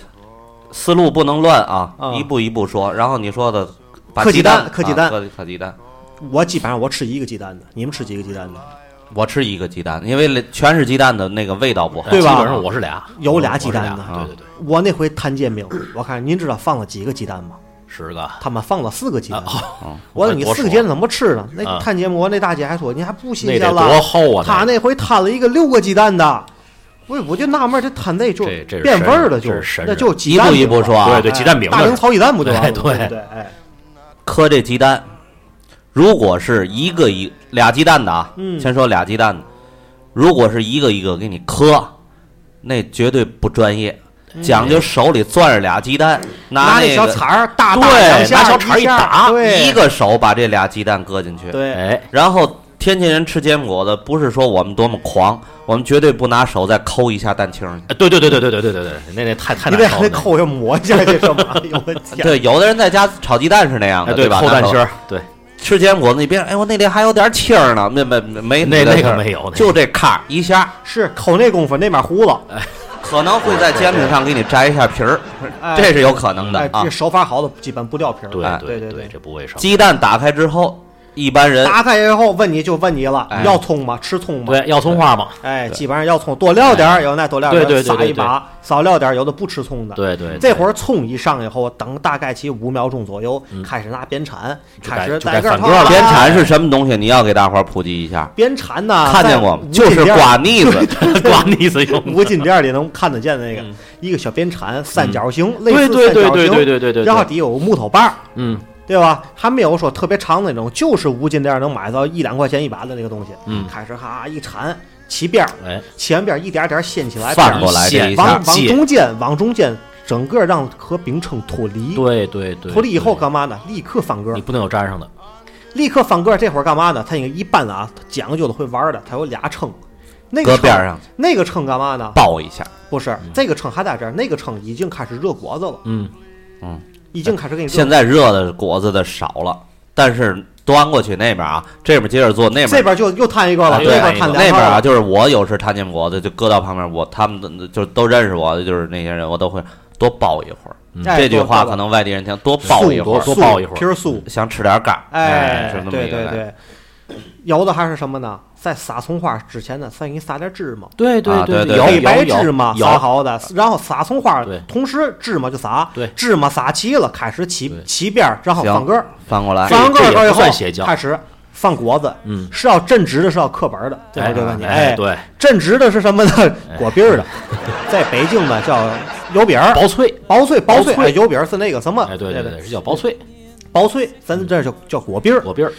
Speaker 6: 思路不能乱啊，
Speaker 3: 啊
Speaker 6: 一步一步说。然后你说的，把
Speaker 3: 磕鸡
Speaker 6: 蛋
Speaker 3: 蛋，磕鸡
Speaker 6: 啊
Speaker 3: 蛋
Speaker 6: 磕磕鸡蛋。
Speaker 3: 我基本上我吃一个鸡蛋的，你们吃几个鸡蛋的？
Speaker 7: 嗯
Speaker 6: 我吃一个鸡蛋，因为全是鸡蛋的那个味道不好。
Speaker 3: 对吧
Speaker 7: 基本上我是俩，
Speaker 3: 有俩
Speaker 7: 我
Speaker 3: 鸡蛋
Speaker 7: 我
Speaker 3: 的
Speaker 7: 是俩对对对，
Speaker 3: 我那回摊煎饼，我看您知道放了几个鸡蛋吗？
Speaker 7: 十个，
Speaker 3: 他们放了四个鸡蛋。
Speaker 7: 啊
Speaker 6: 哦
Speaker 3: 我说
Speaker 7: 还
Speaker 3: 你
Speaker 7: 多
Speaker 3: 四个
Speaker 7: 说
Speaker 3: 鸡蛋怎么吃呢？那
Speaker 7: 啊
Speaker 3: 摊煎饼，我那大姐还说你还不新
Speaker 7: 那
Speaker 3: 鲜
Speaker 7: 得
Speaker 3: 了。
Speaker 7: 多厚啊！
Speaker 3: 他
Speaker 7: 那
Speaker 3: 那回摊了一个六个鸡蛋的，我我就纳闷儿，这摊那就
Speaker 7: 这这是
Speaker 3: 变味儿了，
Speaker 7: 神
Speaker 3: 就
Speaker 7: 这是神
Speaker 3: 那
Speaker 7: 人
Speaker 3: 就鸡
Speaker 6: 一
Speaker 3: 蛋
Speaker 6: 步一
Speaker 3: 饼
Speaker 6: 步
Speaker 3: 了
Speaker 6: 说啊，
Speaker 7: 对对，鸡蛋饼
Speaker 3: 大
Speaker 7: 那
Speaker 3: 营
Speaker 7: 是，
Speaker 3: 炒鸡蛋不就完了
Speaker 7: 哎
Speaker 3: 吗？对
Speaker 7: 对
Speaker 3: 不对，哎，
Speaker 6: 磕这鸡蛋，如果是一个一俩鸡蛋的啊，
Speaker 3: 嗯
Speaker 6: 先说俩鸡蛋的，如果是一个一个给你磕，那绝对不专业，讲究手里攥着俩鸡蛋，
Speaker 3: 嗯拿
Speaker 6: 那个
Speaker 3: 小铲儿大大
Speaker 6: 对
Speaker 3: 两下
Speaker 7: 拿小铲儿一
Speaker 3: 下
Speaker 7: 打
Speaker 3: 对
Speaker 6: 一个手把这俩鸡蛋搁进去，
Speaker 3: 对，
Speaker 7: 哎，
Speaker 6: 然后。天津人吃坚果的，不是说我们多么狂，我们绝对不拿手再抠一下蛋清儿去。
Speaker 7: 哎对对对对对对对对对，那那太太
Speaker 3: 你
Speaker 7: 难
Speaker 3: 得
Speaker 7: 受
Speaker 3: 还得
Speaker 7: 了那个，
Speaker 3: 扣一下磨一下，这干嘛？ 哎呦我天！
Speaker 6: 对，有的人在家炒鸡蛋是那样的，
Speaker 7: 哎对
Speaker 6: 吧？
Speaker 7: 扣蛋
Speaker 6: 拿手
Speaker 7: 心儿，对，
Speaker 6: 吃坚果子，你别哎，我那里还有点青儿呢，没没没
Speaker 7: 那
Speaker 6: 的
Speaker 7: 那
Speaker 6: 事
Speaker 7: 个
Speaker 6: 儿
Speaker 7: 没有那个
Speaker 6: 就这咔一下，
Speaker 3: 是抠那功夫，那面糊了，
Speaker 6: 可能会在煎饼上给你摘一下皮儿，
Speaker 3: 哎
Speaker 6: 这是有可能的
Speaker 3: 哎，
Speaker 6: 啊
Speaker 3: 这。手法好的基本不掉皮儿。
Speaker 7: 对
Speaker 3: 哎
Speaker 7: 对
Speaker 3: 对
Speaker 7: 这不卫生。
Speaker 6: 鸡蛋打开之后，一般人
Speaker 3: 打开以后问你就问你了
Speaker 6: 哎，
Speaker 3: 要葱吗？吃葱吗？
Speaker 7: 对，要葱花嘛。
Speaker 3: 哎，基本上要葱，多撂点儿，有那多撂点儿，
Speaker 7: 哎对对对
Speaker 3: 撒一
Speaker 7: 对对
Speaker 3: 把，少撂点儿，有的不吃葱的。
Speaker 7: 对对，
Speaker 3: 这会儿葱一上以后，等大概其五秒钟左右，开始拿扁铲，
Speaker 7: 嗯就该
Speaker 3: 开始
Speaker 7: 就
Speaker 3: 带
Speaker 7: 该
Speaker 3: 个
Speaker 7: 反
Speaker 3: 头
Speaker 7: 个
Speaker 3: 啊
Speaker 7: 了
Speaker 6: 扁铲是什么东西？你要给大伙儿普及一下。
Speaker 3: 扁铲呢，
Speaker 6: 看见过吗？就是刮
Speaker 3: 刮
Speaker 6: 腻子，
Speaker 7: 刮腻子 用的。
Speaker 3: 五金店里能看得见的那个，一个小扁铲，三角形，类
Speaker 7: 对
Speaker 3: 似
Speaker 7: 嗯对
Speaker 3: 三角
Speaker 7: 对
Speaker 3: 形，
Speaker 7: 对对对对对。
Speaker 3: 然后底有木头把儿，
Speaker 7: 嗯，
Speaker 3: 对吧？还没有说特别长的那种，就是五金店能买到一两块钱一把的那个东西。
Speaker 7: 嗯
Speaker 3: 开始哈一铲，起边儿，
Speaker 7: 哎，
Speaker 3: 起完边儿一点点掀起来，
Speaker 6: 翻过来这一
Speaker 7: 一
Speaker 3: 往
Speaker 6: 下
Speaker 7: 下，
Speaker 3: 往
Speaker 7: 接
Speaker 3: 中间，往中间，整个让和饼铛脱离。
Speaker 7: 对对对，
Speaker 3: 脱离以后
Speaker 7: 对
Speaker 3: 干嘛呢？立刻翻个儿
Speaker 7: 你，不能有粘上的，
Speaker 3: 立刻翻个儿。这会儿干嘛呢？它应该一般的啊，它讲究的会玩儿的，它有俩秤，那个
Speaker 6: 搁
Speaker 3: 秤
Speaker 6: 边上
Speaker 3: 那个秤干嘛呢？
Speaker 6: 爆一下。
Speaker 3: 不是，这个秤还在这儿，那个秤已经开始热果子了，
Speaker 7: 嗯，
Speaker 3: 已经开始给你热
Speaker 6: 现在热的果子的少了，但是端过去那边啊，这边接着做，那边
Speaker 3: 这边就又摊一个
Speaker 6: 啊
Speaker 3: 了，
Speaker 6: 对
Speaker 3: 这边
Speaker 7: 一
Speaker 3: 摊
Speaker 7: 看
Speaker 3: 两
Speaker 6: 那边
Speaker 3: 块了
Speaker 6: 啊，就是我有时摊煎饼果子就搁到旁边，我他们都就都认识我的，就是那些人，我都会多包一会儿。
Speaker 3: 哎
Speaker 6: 这句
Speaker 3: 多
Speaker 6: 话
Speaker 3: 多
Speaker 6: 可能外地人听，多包一会
Speaker 7: 多
Speaker 6: 儿，
Speaker 7: 多爆一会儿
Speaker 3: 皮儿酥，
Speaker 6: 想吃点嘎，
Speaker 3: 哎，
Speaker 6: 是那么
Speaker 3: 对
Speaker 6: 一个
Speaker 3: 对
Speaker 6: 概念。
Speaker 3: 对，有的还是什么呢？在撒葱花之前呢，再给你撒点芝麻，
Speaker 7: 对
Speaker 6: 对啊对对对
Speaker 7: 有
Speaker 3: 黑白
Speaker 7: 有
Speaker 3: 芝麻
Speaker 7: 有
Speaker 3: 撒好的，然后撒葱花
Speaker 7: 对，
Speaker 3: 同时芝麻就撒，
Speaker 7: 对
Speaker 3: 芝麻撒齐了，开始起
Speaker 7: 对
Speaker 3: 起边儿，然后
Speaker 6: 行
Speaker 3: 放个儿，
Speaker 6: 翻过来
Speaker 7: 这，
Speaker 3: 放个
Speaker 7: 哎这
Speaker 3: 儿
Speaker 7: 也
Speaker 3: 以
Speaker 7: 不
Speaker 3: 后
Speaker 7: 算邪教
Speaker 3: 开始放果子，
Speaker 7: 嗯，
Speaker 3: 是要正直的，是要刻本儿的，这
Speaker 7: 哎
Speaker 3: 个问题，
Speaker 7: 哎，对，哎
Speaker 3: 正直的是什么呢？果篦 儿的，在北京呢叫油饼儿，
Speaker 7: 薄脆，
Speaker 3: 薄脆薄
Speaker 7: 薄
Speaker 3: 脆，
Speaker 7: 脆
Speaker 3: 哎油饼儿是那个什么？
Speaker 7: 哎，对对对，是叫薄脆嗯
Speaker 3: 薄脆，咱这儿叫叫果篦儿。
Speaker 7: 果篦儿，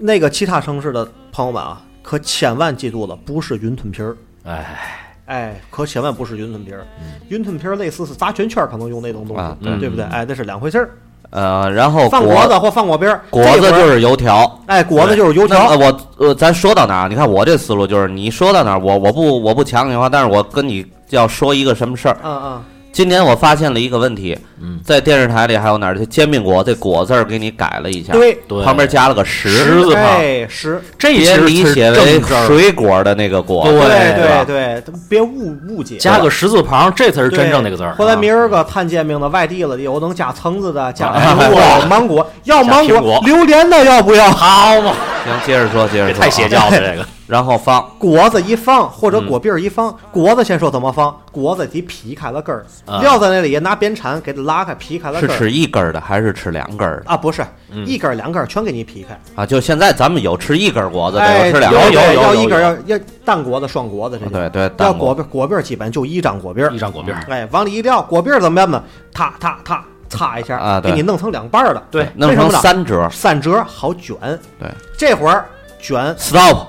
Speaker 3: 那个其他城市的朋友们啊，可千万记住了，不是云吞皮儿，
Speaker 7: 哎，嗯
Speaker 3: 哎，可千万不是云吞皮儿。云吞皮儿类似是砸圈圈儿可能用那种东西，
Speaker 6: 啊
Speaker 7: 对嗯哦
Speaker 3: 对不对？哎，那是两回事儿。
Speaker 6: 呃，然后
Speaker 3: 放果
Speaker 6: 果
Speaker 3: 子或放果篦儿，
Speaker 6: 果子
Speaker 3: 这会
Speaker 6: 就
Speaker 3: 儿
Speaker 6: 是油条，
Speaker 3: 哎，果子就是油
Speaker 6: 那
Speaker 3: 条。
Speaker 6: 么我呃，咱说到哪儿？你看我这思路就是，你说到哪儿，我我不我不抢你的话，但是我跟你要说一个什么事儿。
Speaker 3: 嗯嗯，
Speaker 6: 今年我发现了一个问题，
Speaker 7: 嗯
Speaker 6: 在电视台里还有哪儿？这煎饼果这果字儿给你改了一下，
Speaker 3: 对，
Speaker 7: 对，
Speaker 6: 旁边加了个十，
Speaker 7: 十字旁
Speaker 3: 哎，十，
Speaker 7: 这其
Speaker 6: 别
Speaker 7: 实
Speaker 6: 理
Speaker 7: 是
Speaker 6: 解为
Speaker 7: 正字儿，
Speaker 6: 水果的那个果。
Speaker 7: 对
Speaker 3: 对
Speaker 7: 吧
Speaker 3: 对，咱们别误误解。
Speaker 7: 加个十字旁，这才是
Speaker 3: 对
Speaker 7: 真正那个字儿。
Speaker 3: 后来
Speaker 7: 啊
Speaker 3: 明儿个摊煎饼的，外地了的，有能加橙子的，加
Speaker 7: 哎
Speaker 3: 苹果、 芒 果，要芒
Speaker 7: 加苹果啊
Speaker 3: 果、榴莲的，要不要？
Speaker 7: 好嘛，
Speaker 6: 行，接着说，接着
Speaker 7: 这
Speaker 6: 说，
Speaker 7: 太邪教了，这个
Speaker 6: 然后放
Speaker 3: 果子一放或
Speaker 7: 嗯
Speaker 3: 者果篦儿一放，果子先说怎么放，果子得劈开了根儿
Speaker 7: 啊，
Speaker 3: 撂在那里，拿扁铲给它拉开，劈开了
Speaker 6: 是
Speaker 3: 根儿。
Speaker 6: 吃一根儿的还是吃两根儿的
Speaker 3: 啊，不是，
Speaker 7: 嗯
Speaker 3: 一根儿两根儿全给你劈开。
Speaker 6: 啊？就现在咱们有吃一根儿果子的，
Speaker 3: 哎，
Speaker 6: 有吃两
Speaker 3: 对
Speaker 6: 根儿
Speaker 7: 有
Speaker 3: 对
Speaker 7: 有
Speaker 3: 要
Speaker 7: 有
Speaker 3: 一根儿
Speaker 7: 有
Speaker 3: 要要单果子、双果子这
Speaker 6: 的。
Speaker 3: 些。
Speaker 6: 对对，
Speaker 3: 要
Speaker 6: 蛋
Speaker 3: 果篦儿果篦儿基本就一张果篦儿
Speaker 7: 一，张果篦儿，
Speaker 3: 哎，往里一撂，果篦儿怎么样呢？踏踏踏，擦一下，
Speaker 6: 啊对
Speaker 3: 给你弄成两半儿的，
Speaker 7: 对
Speaker 6: 弄
Speaker 3: 为什
Speaker 6: 成
Speaker 3: 么呢
Speaker 6: 三折。
Speaker 3: 三折好卷。
Speaker 6: 对，
Speaker 3: 这会儿卷
Speaker 6: Stop，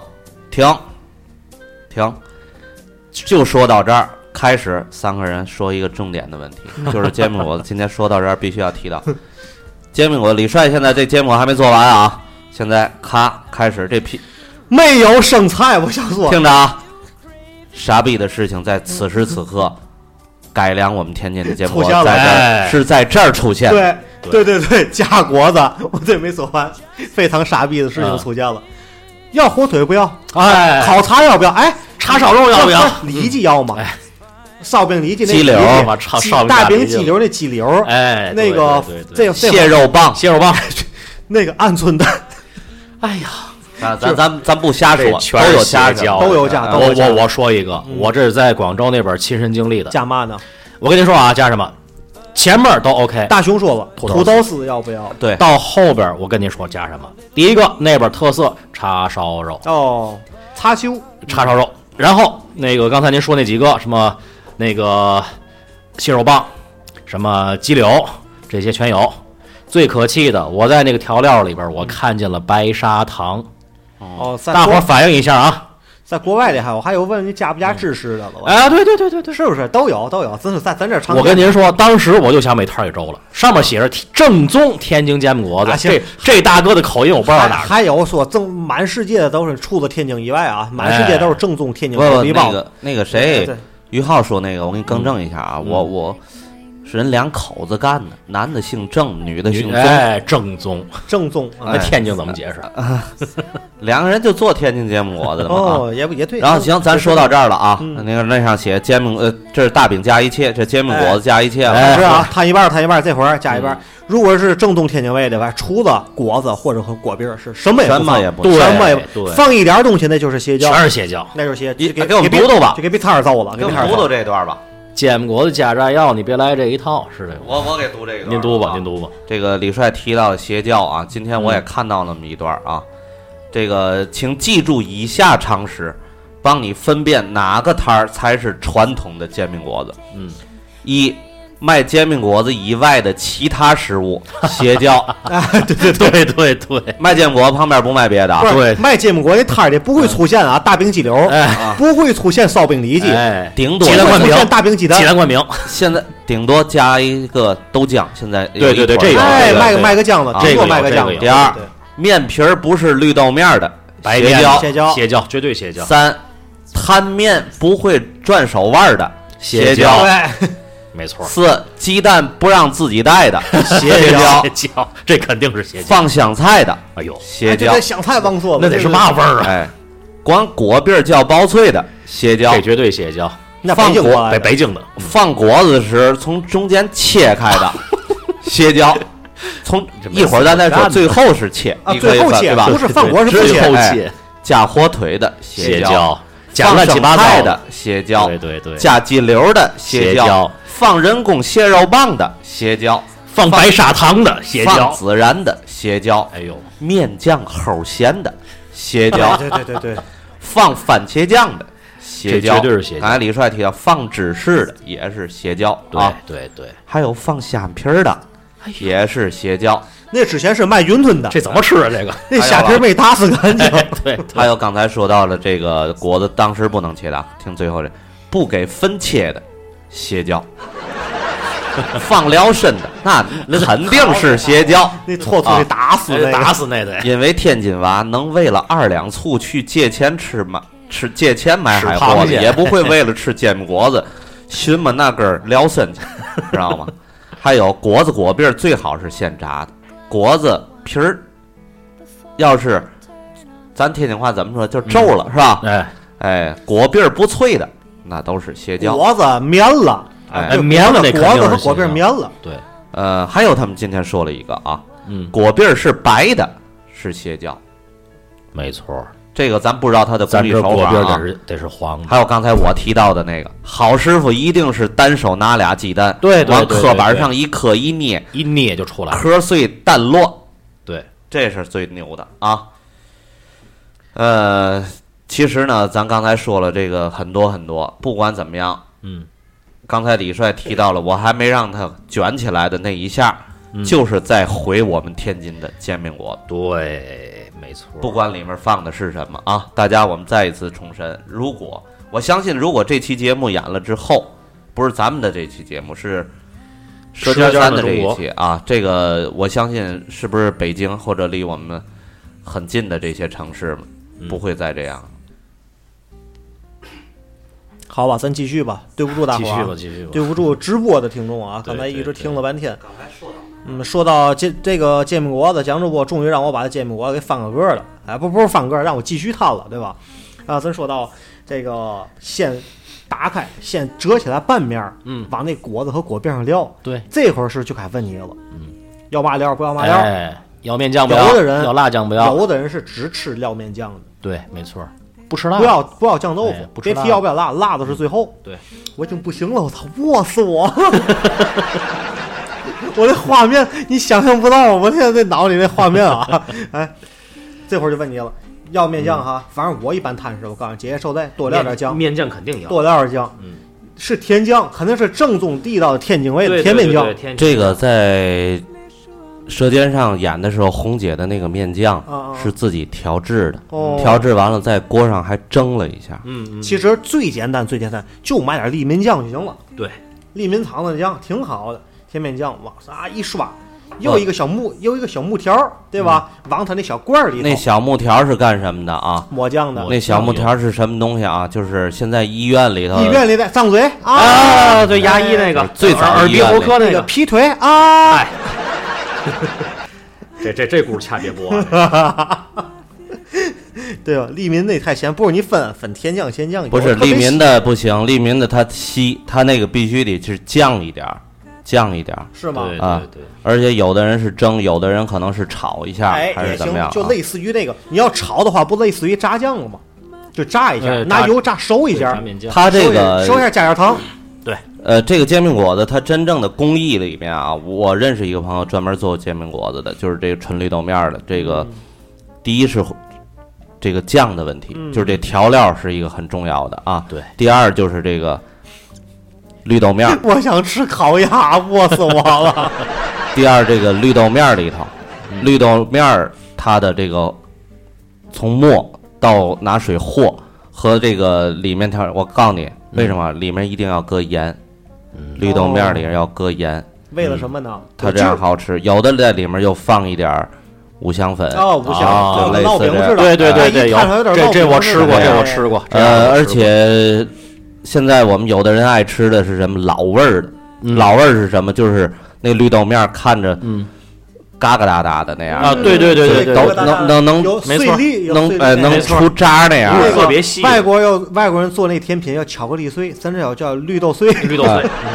Speaker 6: 停，停，就说到这儿。开始三个人说一个重点的问题，就是煎饼果子。今天说到这儿，必须要提到煎饼果子。李帅现在这煎饼果子还没做完啊，现在咔开始这批，
Speaker 3: 没有剩菜，我想说，
Speaker 6: 听着啊，傻逼的事情在此时此刻改良我们天津的煎饼果子
Speaker 3: 出现，了
Speaker 6: 在这儿
Speaker 7: 哎
Speaker 6: 是在这儿出现。
Speaker 3: 对对对对，夹果子，我这没说完，非常傻逼的事情
Speaker 7: 嗯
Speaker 3: 出现了。要火腿不要？
Speaker 7: 哎
Speaker 3: 烤肠要不要？哎，
Speaker 7: 叉烧肉要不哎要
Speaker 3: 里脊要吗？烧饼里脊那
Speaker 6: 鸡柳
Speaker 3: 里脊
Speaker 7: 我操
Speaker 3: 鸡
Speaker 7: 烧饼
Speaker 3: 大
Speaker 7: 大
Speaker 3: 饼
Speaker 7: 里脊
Speaker 3: 鸡柳那鸡柳，
Speaker 7: 哎，
Speaker 3: 那
Speaker 7: 对
Speaker 3: 个
Speaker 7: 对对
Speaker 3: 这
Speaker 7: 对
Speaker 3: 个这
Speaker 6: 蟹肉棒，
Speaker 7: 蟹 肉棒，
Speaker 3: 那个鹌鹑蛋
Speaker 7: 哎呀，
Speaker 6: 咱咱咱咱不瞎说，
Speaker 7: 这全
Speaker 6: 都有
Speaker 7: 是
Speaker 6: 家
Speaker 7: 邪教
Speaker 3: 都有加，
Speaker 7: 啊我
Speaker 3: 都有加
Speaker 7: 哎我我说一个，我这是在广州那边亲身经历的。
Speaker 3: 嗯加嘛呢？
Speaker 7: 我跟您说啊，加什么，前面都 OK，
Speaker 3: 大熊说吧，
Speaker 7: 土豆
Speaker 3: 土
Speaker 7: 丝
Speaker 3: 豆丝要不要？
Speaker 6: 对，
Speaker 7: 到后边我跟您说加什么。第一个那边特色叉烧肉，
Speaker 3: 哦，叉修
Speaker 7: 叉烧肉，然后那个刚才您说那几个什么那个蟹肉棒，什么鸡柳，这些全有。最可气的，我在那个调料里边，我看见了白砂糖。
Speaker 3: 哦，在
Speaker 7: 嗯大伙儿
Speaker 3: 国
Speaker 7: 反映一下啊！
Speaker 3: 在国外里还有，我还有问你加不加芝士的了？我
Speaker 7: 哎，对对对对对，
Speaker 3: 是不是都有都有？真是在咱这儿常
Speaker 7: 我跟
Speaker 3: 见
Speaker 7: 您说，当时我就想每摊儿一周了，上面写
Speaker 3: 啊
Speaker 7: 着正宗天津煎饼果子。
Speaker 3: 啊行
Speaker 7: 这这大哥的口音我不知道
Speaker 3: 还
Speaker 7: 哪儿的。
Speaker 3: 还有说正满世界的都是除了天津以外啊，满
Speaker 7: 哎
Speaker 3: 世界都是正宗天津
Speaker 6: 不
Speaker 3: 火
Speaker 6: 不，
Speaker 3: 鸡
Speaker 6: 那
Speaker 3: 包。
Speaker 6: 个那个
Speaker 3: 对
Speaker 6: 谁
Speaker 3: 对，
Speaker 7: 嗯
Speaker 6: 于浩说那个，我给你更正一下啊，我我是人两口子干的，男的姓郑，女的姓宗，
Speaker 7: 哎，正宗。
Speaker 3: 正宗啊
Speaker 7: 那天津怎么解释？啊
Speaker 6: 两个人就做天津煎饼果子的嘛。啊
Speaker 3: 哦，也不也对。
Speaker 6: 然后行，咱说到这儿了啊。
Speaker 3: 嗯
Speaker 6: 那个那上写煎饼，呃，这是大饼加一切，这煎饼果子加一切了。
Speaker 3: 不是啊，摊一半儿摊一半儿，这会儿加一半儿。
Speaker 7: 嗯
Speaker 3: 如果是正宗天津卫的吧，除了果子或者和果篦儿是什么也
Speaker 6: 什
Speaker 3: 不
Speaker 6: 么
Speaker 3: 放，
Speaker 6: 也不
Speaker 7: 对
Speaker 3: 什么也不
Speaker 7: 对
Speaker 3: 哎放一点儿东西，那就是邪教，
Speaker 7: 全是邪教。
Speaker 3: 那就是邪。
Speaker 6: 一
Speaker 3: 就给
Speaker 6: 给我们
Speaker 3: 别
Speaker 6: 读读吧
Speaker 3: 就给别摊儿揍了，
Speaker 6: 给
Speaker 3: 给
Speaker 6: 我
Speaker 3: 别摊儿
Speaker 6: 们读
Speaker 3: 揍
Speaker 6: 读
Speaker 3: 了。
Speaker 6: 这一段吧，
Speaker 7: 煎饼果子加炸药，你别来这一套，是这个。
Speaker 6: 我我给读这一段。
Speaker 7: 您读吧，您。读吧。
Speaker 6: 这个李帅提到的邪教啊，今天
Speaker 7: 嗯
Speaker 6: 我也看到那么一段啊。这个，请记住以下常识，帮你分辨哪个摊儿才是传统的煎饼果子。
Speaker 7: 嗯，
Speaker 6: 一卖煎饼果子以外的其他食 物，邪教。
Speaker 7: 啊对对对对，
Speaker 6: 卖煎饼果子旁边不卖别的啊
Speaker 3: 不。是
Speaker 7: 对嗯
Speaker 3: 卖煎饼果那摊儿里不会出现啊大饼鸡柳，
Speaker 7: 哎
Speaker 3: 不会出现烧饼里脊，
Speaker 7: 哎，
Speaker 6: 顶多
Speaker 7: 鸡
Speaker 3: 不
Speaker 7: 蛋
Speaker 3: 会
Speaker 7: 灌
Speaker 3: 出
Speaker 7: 饼
Speaker 3: 现大饼鸡蛋
Speaker 7: 鸡。蛋灌饼，
Speaker 6: 现在顶多加一个豆浆，现在有
Speaker 7: 对对对
Speaker 6: 一
Speaker 7: 这有
Speaker 6: 款
Speaker 3: 哎，
Speaker 7: 这个
Speaker 3: 卖个
Speaker 7: 对
Speaker 3: 卖个酱子
Speaker 6: 啊，
Speaker 3: 顶多
Speaker 7: 这个有
Speaker 3: 卖个
Speaker 7: 这
Speaker 3: 酱
Speaker 7: 个
Speaker 3: 子。
Speaker 7: 有
Speaker 6: 第二
Speaker 3: 对，
Speaker 6: 面皮儿不是绿豆面儿的，
Speaker 7: 白
Speaker 6: 邪
Speaker 7: 面
Speaker 6: 教
Speaker 3: 邪教
Speaker 7: 邪教，绝对邪教，
Speaker 6: 三摊面不会转手腕儿的
Speaker 7: 邪
Speaker 6: 教
Speaker 7: 教
Speaker 3: 对，
Speaker 7: 没错，
Speaker 6: 四鸡蛋不让自己带 的邪教
Speaker 7: 邪，教，这肯定是邪教。
Speaker 6: 放香菜的
Speaker 7: 哎呦，
Speaker 6: 邪
Speaker 3: 就
Speaker 6: 教
Speaker 3: 跟，香菜忘说了，
Speaker 7: 那得是嘛味儿啊？
Speaker 6: 哎，光果篦儿叫包脆的邪教
Speaker 7: 这，嗯绝对邪教，
Speaker 3: 那北京
Speaker 6: 放
Speaker 3: 过来
Speaker 7: 北
Speaker 3: 的
Speaker 7: 北京的
Speaker 6: 放果子时从中间切开 的邪教，从一会儿咱再说，最后是切，
Speaker 3: 啊，
Speaker 6: 你可以
Speaker 3: 最后
Speaker 6: 分
Speaker 3: 切
Speaker 6: 对吧？
Speaker 3: 不是饭国是
Speaker 7: 最
Speaker 3: 不切
Speaker 7: 后
Speaker 6: 哎
Speaker 7: 切
Speaker 6: 加火腿的
Speaker 7: 邪
Speaker 6: 教。
Speaker 7: 教，假乱七八
Speaker 6: 放
Speaker 7: 糟
Speaker 6: 生菜的邪教，
Speaker 7: 对对对，
Speaker 6: 加鸡柳的邪
Speaker 7: 邪教
Speaker 6: 放人工蟹肉棒的邪教，
Speaker 7: 放白砂糖的邪
Speaker 6: 放
Speaker 7: 教，
Speaker 6: 孜然的邪教，
Speaker 7: 哎呦，哎
Speaker 6: 面酱齁咸 的邪教，
Speaker 3: 对对对对，
Speaker 6: 放番茄酱的邪教，
Speaker 7: 这绝对是邪教
Speaker 6: 刚才李帅提到放芝士的也是邪教
Speaker 7: 对哎
Speaker 6: 啊，
Speaker 7: 对对，
Speaker 6: 还有放虾皮儿的也是邪教，
Speaker 3: 那之前是卖云吞的，
Speaker 7: 这怎么吃啊？这 个，
Speaker 3: 那虾皮儿没打死干净。
Speaker 7: 对，
Speaker 6: 还有刚才说到了这个果子当时不能切的，听最后这不给分切的邪 教，放辽参的那那肯定是邪教。
Speaker 3: 那搓搓得打死那个
Speaker 7: 哎打死那得
Speaker 6: 因为天津娃能为了二两醋去借钱吃买吃借钱买海货
Speaker 7: 吃
Speaker 6: 的，
Speaker 7: 螃蟹
Speaker 6: 也不会为了吃煎饼果子 寻摸那根儿辽参去， 知道吗？还有果子果篦儿最好是现炸的，果子皮儿要是咱天津话怎么说，就皱了、是吧？
Speaker 7: 哎
Speaker 6: 哎，果篦儿不脆的，那都是邪教。
Speaker 3: 果子绵了，
Speaker 6: 哎
Speaker 7: 哎，，棉了那肯
Speaker 3: 果
Speaker 7: 定
Speaker 3: 子
Speaker 7: 是
Speaker 3: 和
Speaker 7: 啊邪
Speaker 3: 果篦
Speaker 7: 教
Speaker 3: 儿绵了，
Speaker 7: 对，
Speaker 6: 呃，还有他们今天说了一个啊，
Speaker 7: 嗯，
Speaker 6: 果篦儿是白的，是邪教。
Speaker 7: 没错，
Speaker 6: 这个咱不知道它的工
Speaker 7: 咱
Speaker 6: 艺
Speaker 7: 这
Speaker 6: 手
Speaker 7: 果
Speaker 6: 法
Speaker 7: 篦
Speaker 6: 啊
Speaker 7: 得。是得是黄的，
Speaker 6: 还有刚才我提到的那个，好师傅一定是单手拿俩鸡蛋，
Speaker 7: 对对
Speaker 6: 往
Speaker 7: 对
Speaker 6: 刻板
Speaker 7: 对
Speaker 6: 上一磕一捏，
Speaker 7: 一捏就出来了，
Speaker 6: 壳碎蛋落，
Speaker 7: 对，
Speaker 6: 这是最牛的啊。呃，其实呢，咱刚才说了这个很多很多，不管怎么样，
Speaker 7: 嗯，
Speaker 6: 刚才李帅提到了，我还没让他卷起来的那一下，
Speaker 7: 嗯
Speaker 6: 就是在回我们天津的煎饼果子。
Speaker 7: 对，没错，
Speaker 6: 不管里面放的是什么啊，大家我们再一次重申，如果我相信，如果这期节目演了之后，不是咱们的这期节目，是《舌尖三》的这一期啊，这个我相信是不是北京或者离我们很近的这些城市
Speaker 7: 嗯
Speaker 6: 不会再这样了？
Speaker 3: 好吧，咱继续吧，对不住大
Speaker 7: 继
Speaker 3: 伙
Speaker 7: 续吧，
Speaker 3: 儿啊，
Speaker 7: 继续吧，
Speaker 3: 对不住直播的听众啊，
Speaker 7: 对
Speaker 3: 刚才一直
Speaker 7: 对
Speaker 3: 听了半天。嗯，说到这这个煎饼果子，蒋主播终于让我把这煎饼果子给翻个个儿了。哎，不不是翻个儿，让我继续摊了，对吧？啊，咱说到这个先打开，先折起来半面儿，
Speaker 7: 嗯
Speaker 3: 往那果子和果篦上撂。
Speaker 7: 对，
Speaker 3: 这会儿是就该问你了，嗯，要嘛料不要嘛料。
Speaker 7: 哎，要面酱不
Speaker 3: 有
Speaker 7: 要，
Speaker 3: 的人
Speaker 7: 要辣酱不要，
Speaker 3: 有的人是只吃料面酱的，
Speaker 7: 对，没错，不吃辣，
Speaker 3: 不要不要酱豆腐
Speaker 7: 哎，不吃
Speaker 3: 别
Speaker 7: 辣
Speaker 3: 提要不要辣，辣的是最后。
Speaker 7: 对，
Speaker 3: 我已经不行了，我操，饿死我！ 我这画面你想象不到，我现在这脑里那画面 啊，哎，这会儿就问你了，要面酱哈，反正我一般贪食，我告诉你，姐姐受累，多料点酱，
Speaker 7: 嗯面酱肯定要，
Speaker 3: 多料点酱，
Speaker 7: 嗯，
Speaker 3: 是甜酱，肯定是正宗地道的天津味的
Speaker 7: 对
Speaker 3: 甜面酱，
Speaker 6: 这个在《舌尖上》演的时候，红姐的那个面酱
Speaker 3: 啊啊
Speaker 6: 是自己调制的，
Speaker 3: 哦
Speaker 6: 调制完了在锅上还蒸了一下。
Speaker 7: 嗯嗯，
Speaker 3: 其实最简单最简单，就买点利民酱就行了。
Speaker 7: 对，
Speaker 3: 利民堂的酱挺好的，甜面酱往上一刷，又一个小木，又一个小木条儿，对吧？往他那小罐儿里头
Speaker 6: 那小木条是干什么的啊？
Speaker 3: 抹酱的。
Speaker 6: 那小木条是什么东西啊？就是现在医院里头，
Speaker 3: 医院里的张嘴啊，
Speaker 7: 啊，对，牙医那个
Speaker 6: 最早
Speaker 7: 耳耳
Speaker 6: 医
Speaker 7: 鼻
Speaker 6: 院
Speaker 7: 喉科那
Speaker 3: 个
Speaker 7: 个，
Speaker 3: 劈腿啊，
Speaker 7: 哎，这这这轱辘掐别播啊，
Speaker 3: 对吧？利民那太咸，不是你分分甜酱咸酱，
Speaker 6: 不
Speaker 3: 有
Speaker 6: 是
Speaker 3: 的特别
Speaker 6: 利民
Speaker 3: 咸
Speaker 6: 的不行，利民的它稀，它那个必须得是降一点儿，降一点儿。
Speaker 3: 是吗？
Speaker 7: 对
Speaker 6: 啊
Speaker 7: 对对，
Speaker 6: 而且有的人是蒸，有的人可能是炒一下，
Speaker 3: 哎，
Speaker 6: 还
Speaker 3: 也
Speaker 6: 是怎么样、
Speaker 3: 行，
Speaker 6: 啊？
Speaker 3: 就类似于那个，你要炒的话，不类似于炸酱了吗？就炸一下，
Speaker 7: 哎
Speaker 3: 拿
Speaker 7: 炸
Speaker 3: 油炸熟一下
Speaker 7: 炸，面酱，
Speaker 6: 它这个
Speaker 3: 收一下加点糖，
Speaker 6: 呃，这个煎饼果子它真正的工艺里面啊，我认识一个朋友专门做煎饼果子的，就是这个纯绿豆面儿的。这个、第一是这个酱的问题，就是这调料是一个很重要的啊。
Speaker 7: 对。
Speaker 6: 第二就是这个绿豆面儿，
Speaker 3: 我想吃烤鸭，饿死我了。
Speaker 6: 第二这个绿豆面儿里头，绿豆面儿它的这个从磨到拿水和和这个里面调，我告诉你为什么里面一定要搁盐，绿豆面儿里要搁盐。
Speaker 3: 为了什么呢？
Speaker 6: 它这样好吃。有的在里面又放一点儿五香粉
Speaker 3: 哦，不像
Speaker 7: 啊
Speaker 3: 就跟
Speaker 6: 类似
Speaker 3: 烙饼
Speaker 6: 这
Speaker 3: 似的，
Speaker 6: 样
Speaker 7: 对对对
Speaker 3: 哎
Speaker 7: 对，
Speaker 3: 一
Speaker 7: 有
Speaker 3: 看着有点
Speaker 7: 这这
Speaker 3: 烙饼
Speaker 7: 我
Speaker 3: 似
Speaker 7: 吃过，
Speaker 3: 的哎
Speaker 7: 这我吃过，这
Speaker 6: 呃，
Speaker 7: 我
Speaker 6: 而
Speaker 7: 吃过
Speaker 6: 且现在我们有的人爱吃的是什么老味儿的，老味儿是什么？就是那绿豆面儿看着
Speaker 7: 嗯
Speaker 6: 嘎嘎哒哒的那样
Speaker 7: 啊，对对对对对
Speaker 6: 都
Speaker 3: 这个
Speaker 7: 对，
Speaker 3: 大
Speaker 6: 能能能
Speaker 3: 有
Speaker 7: 没
Speaker 3: 碎
Speaker 7: 错
Speaker 3: 粒，有
Speaker 6: 能
Speaker 3: 碎粒
Speaker 6: 呃
Speaker 3: 哎
Speaker 6: 能
Speaker 7: 没错
Speaker 6: 出渣那样啊
Speaker 7: 那
Speaker 3: 那
Speaker 6: 的。
Speaker 3: 个
Speaker 7: 特别细
Speaker 3: 外国有外国人做那甜品叫巧克力碎，咱这有叫绿豆碎、
Speaker 7: 绿豆碎，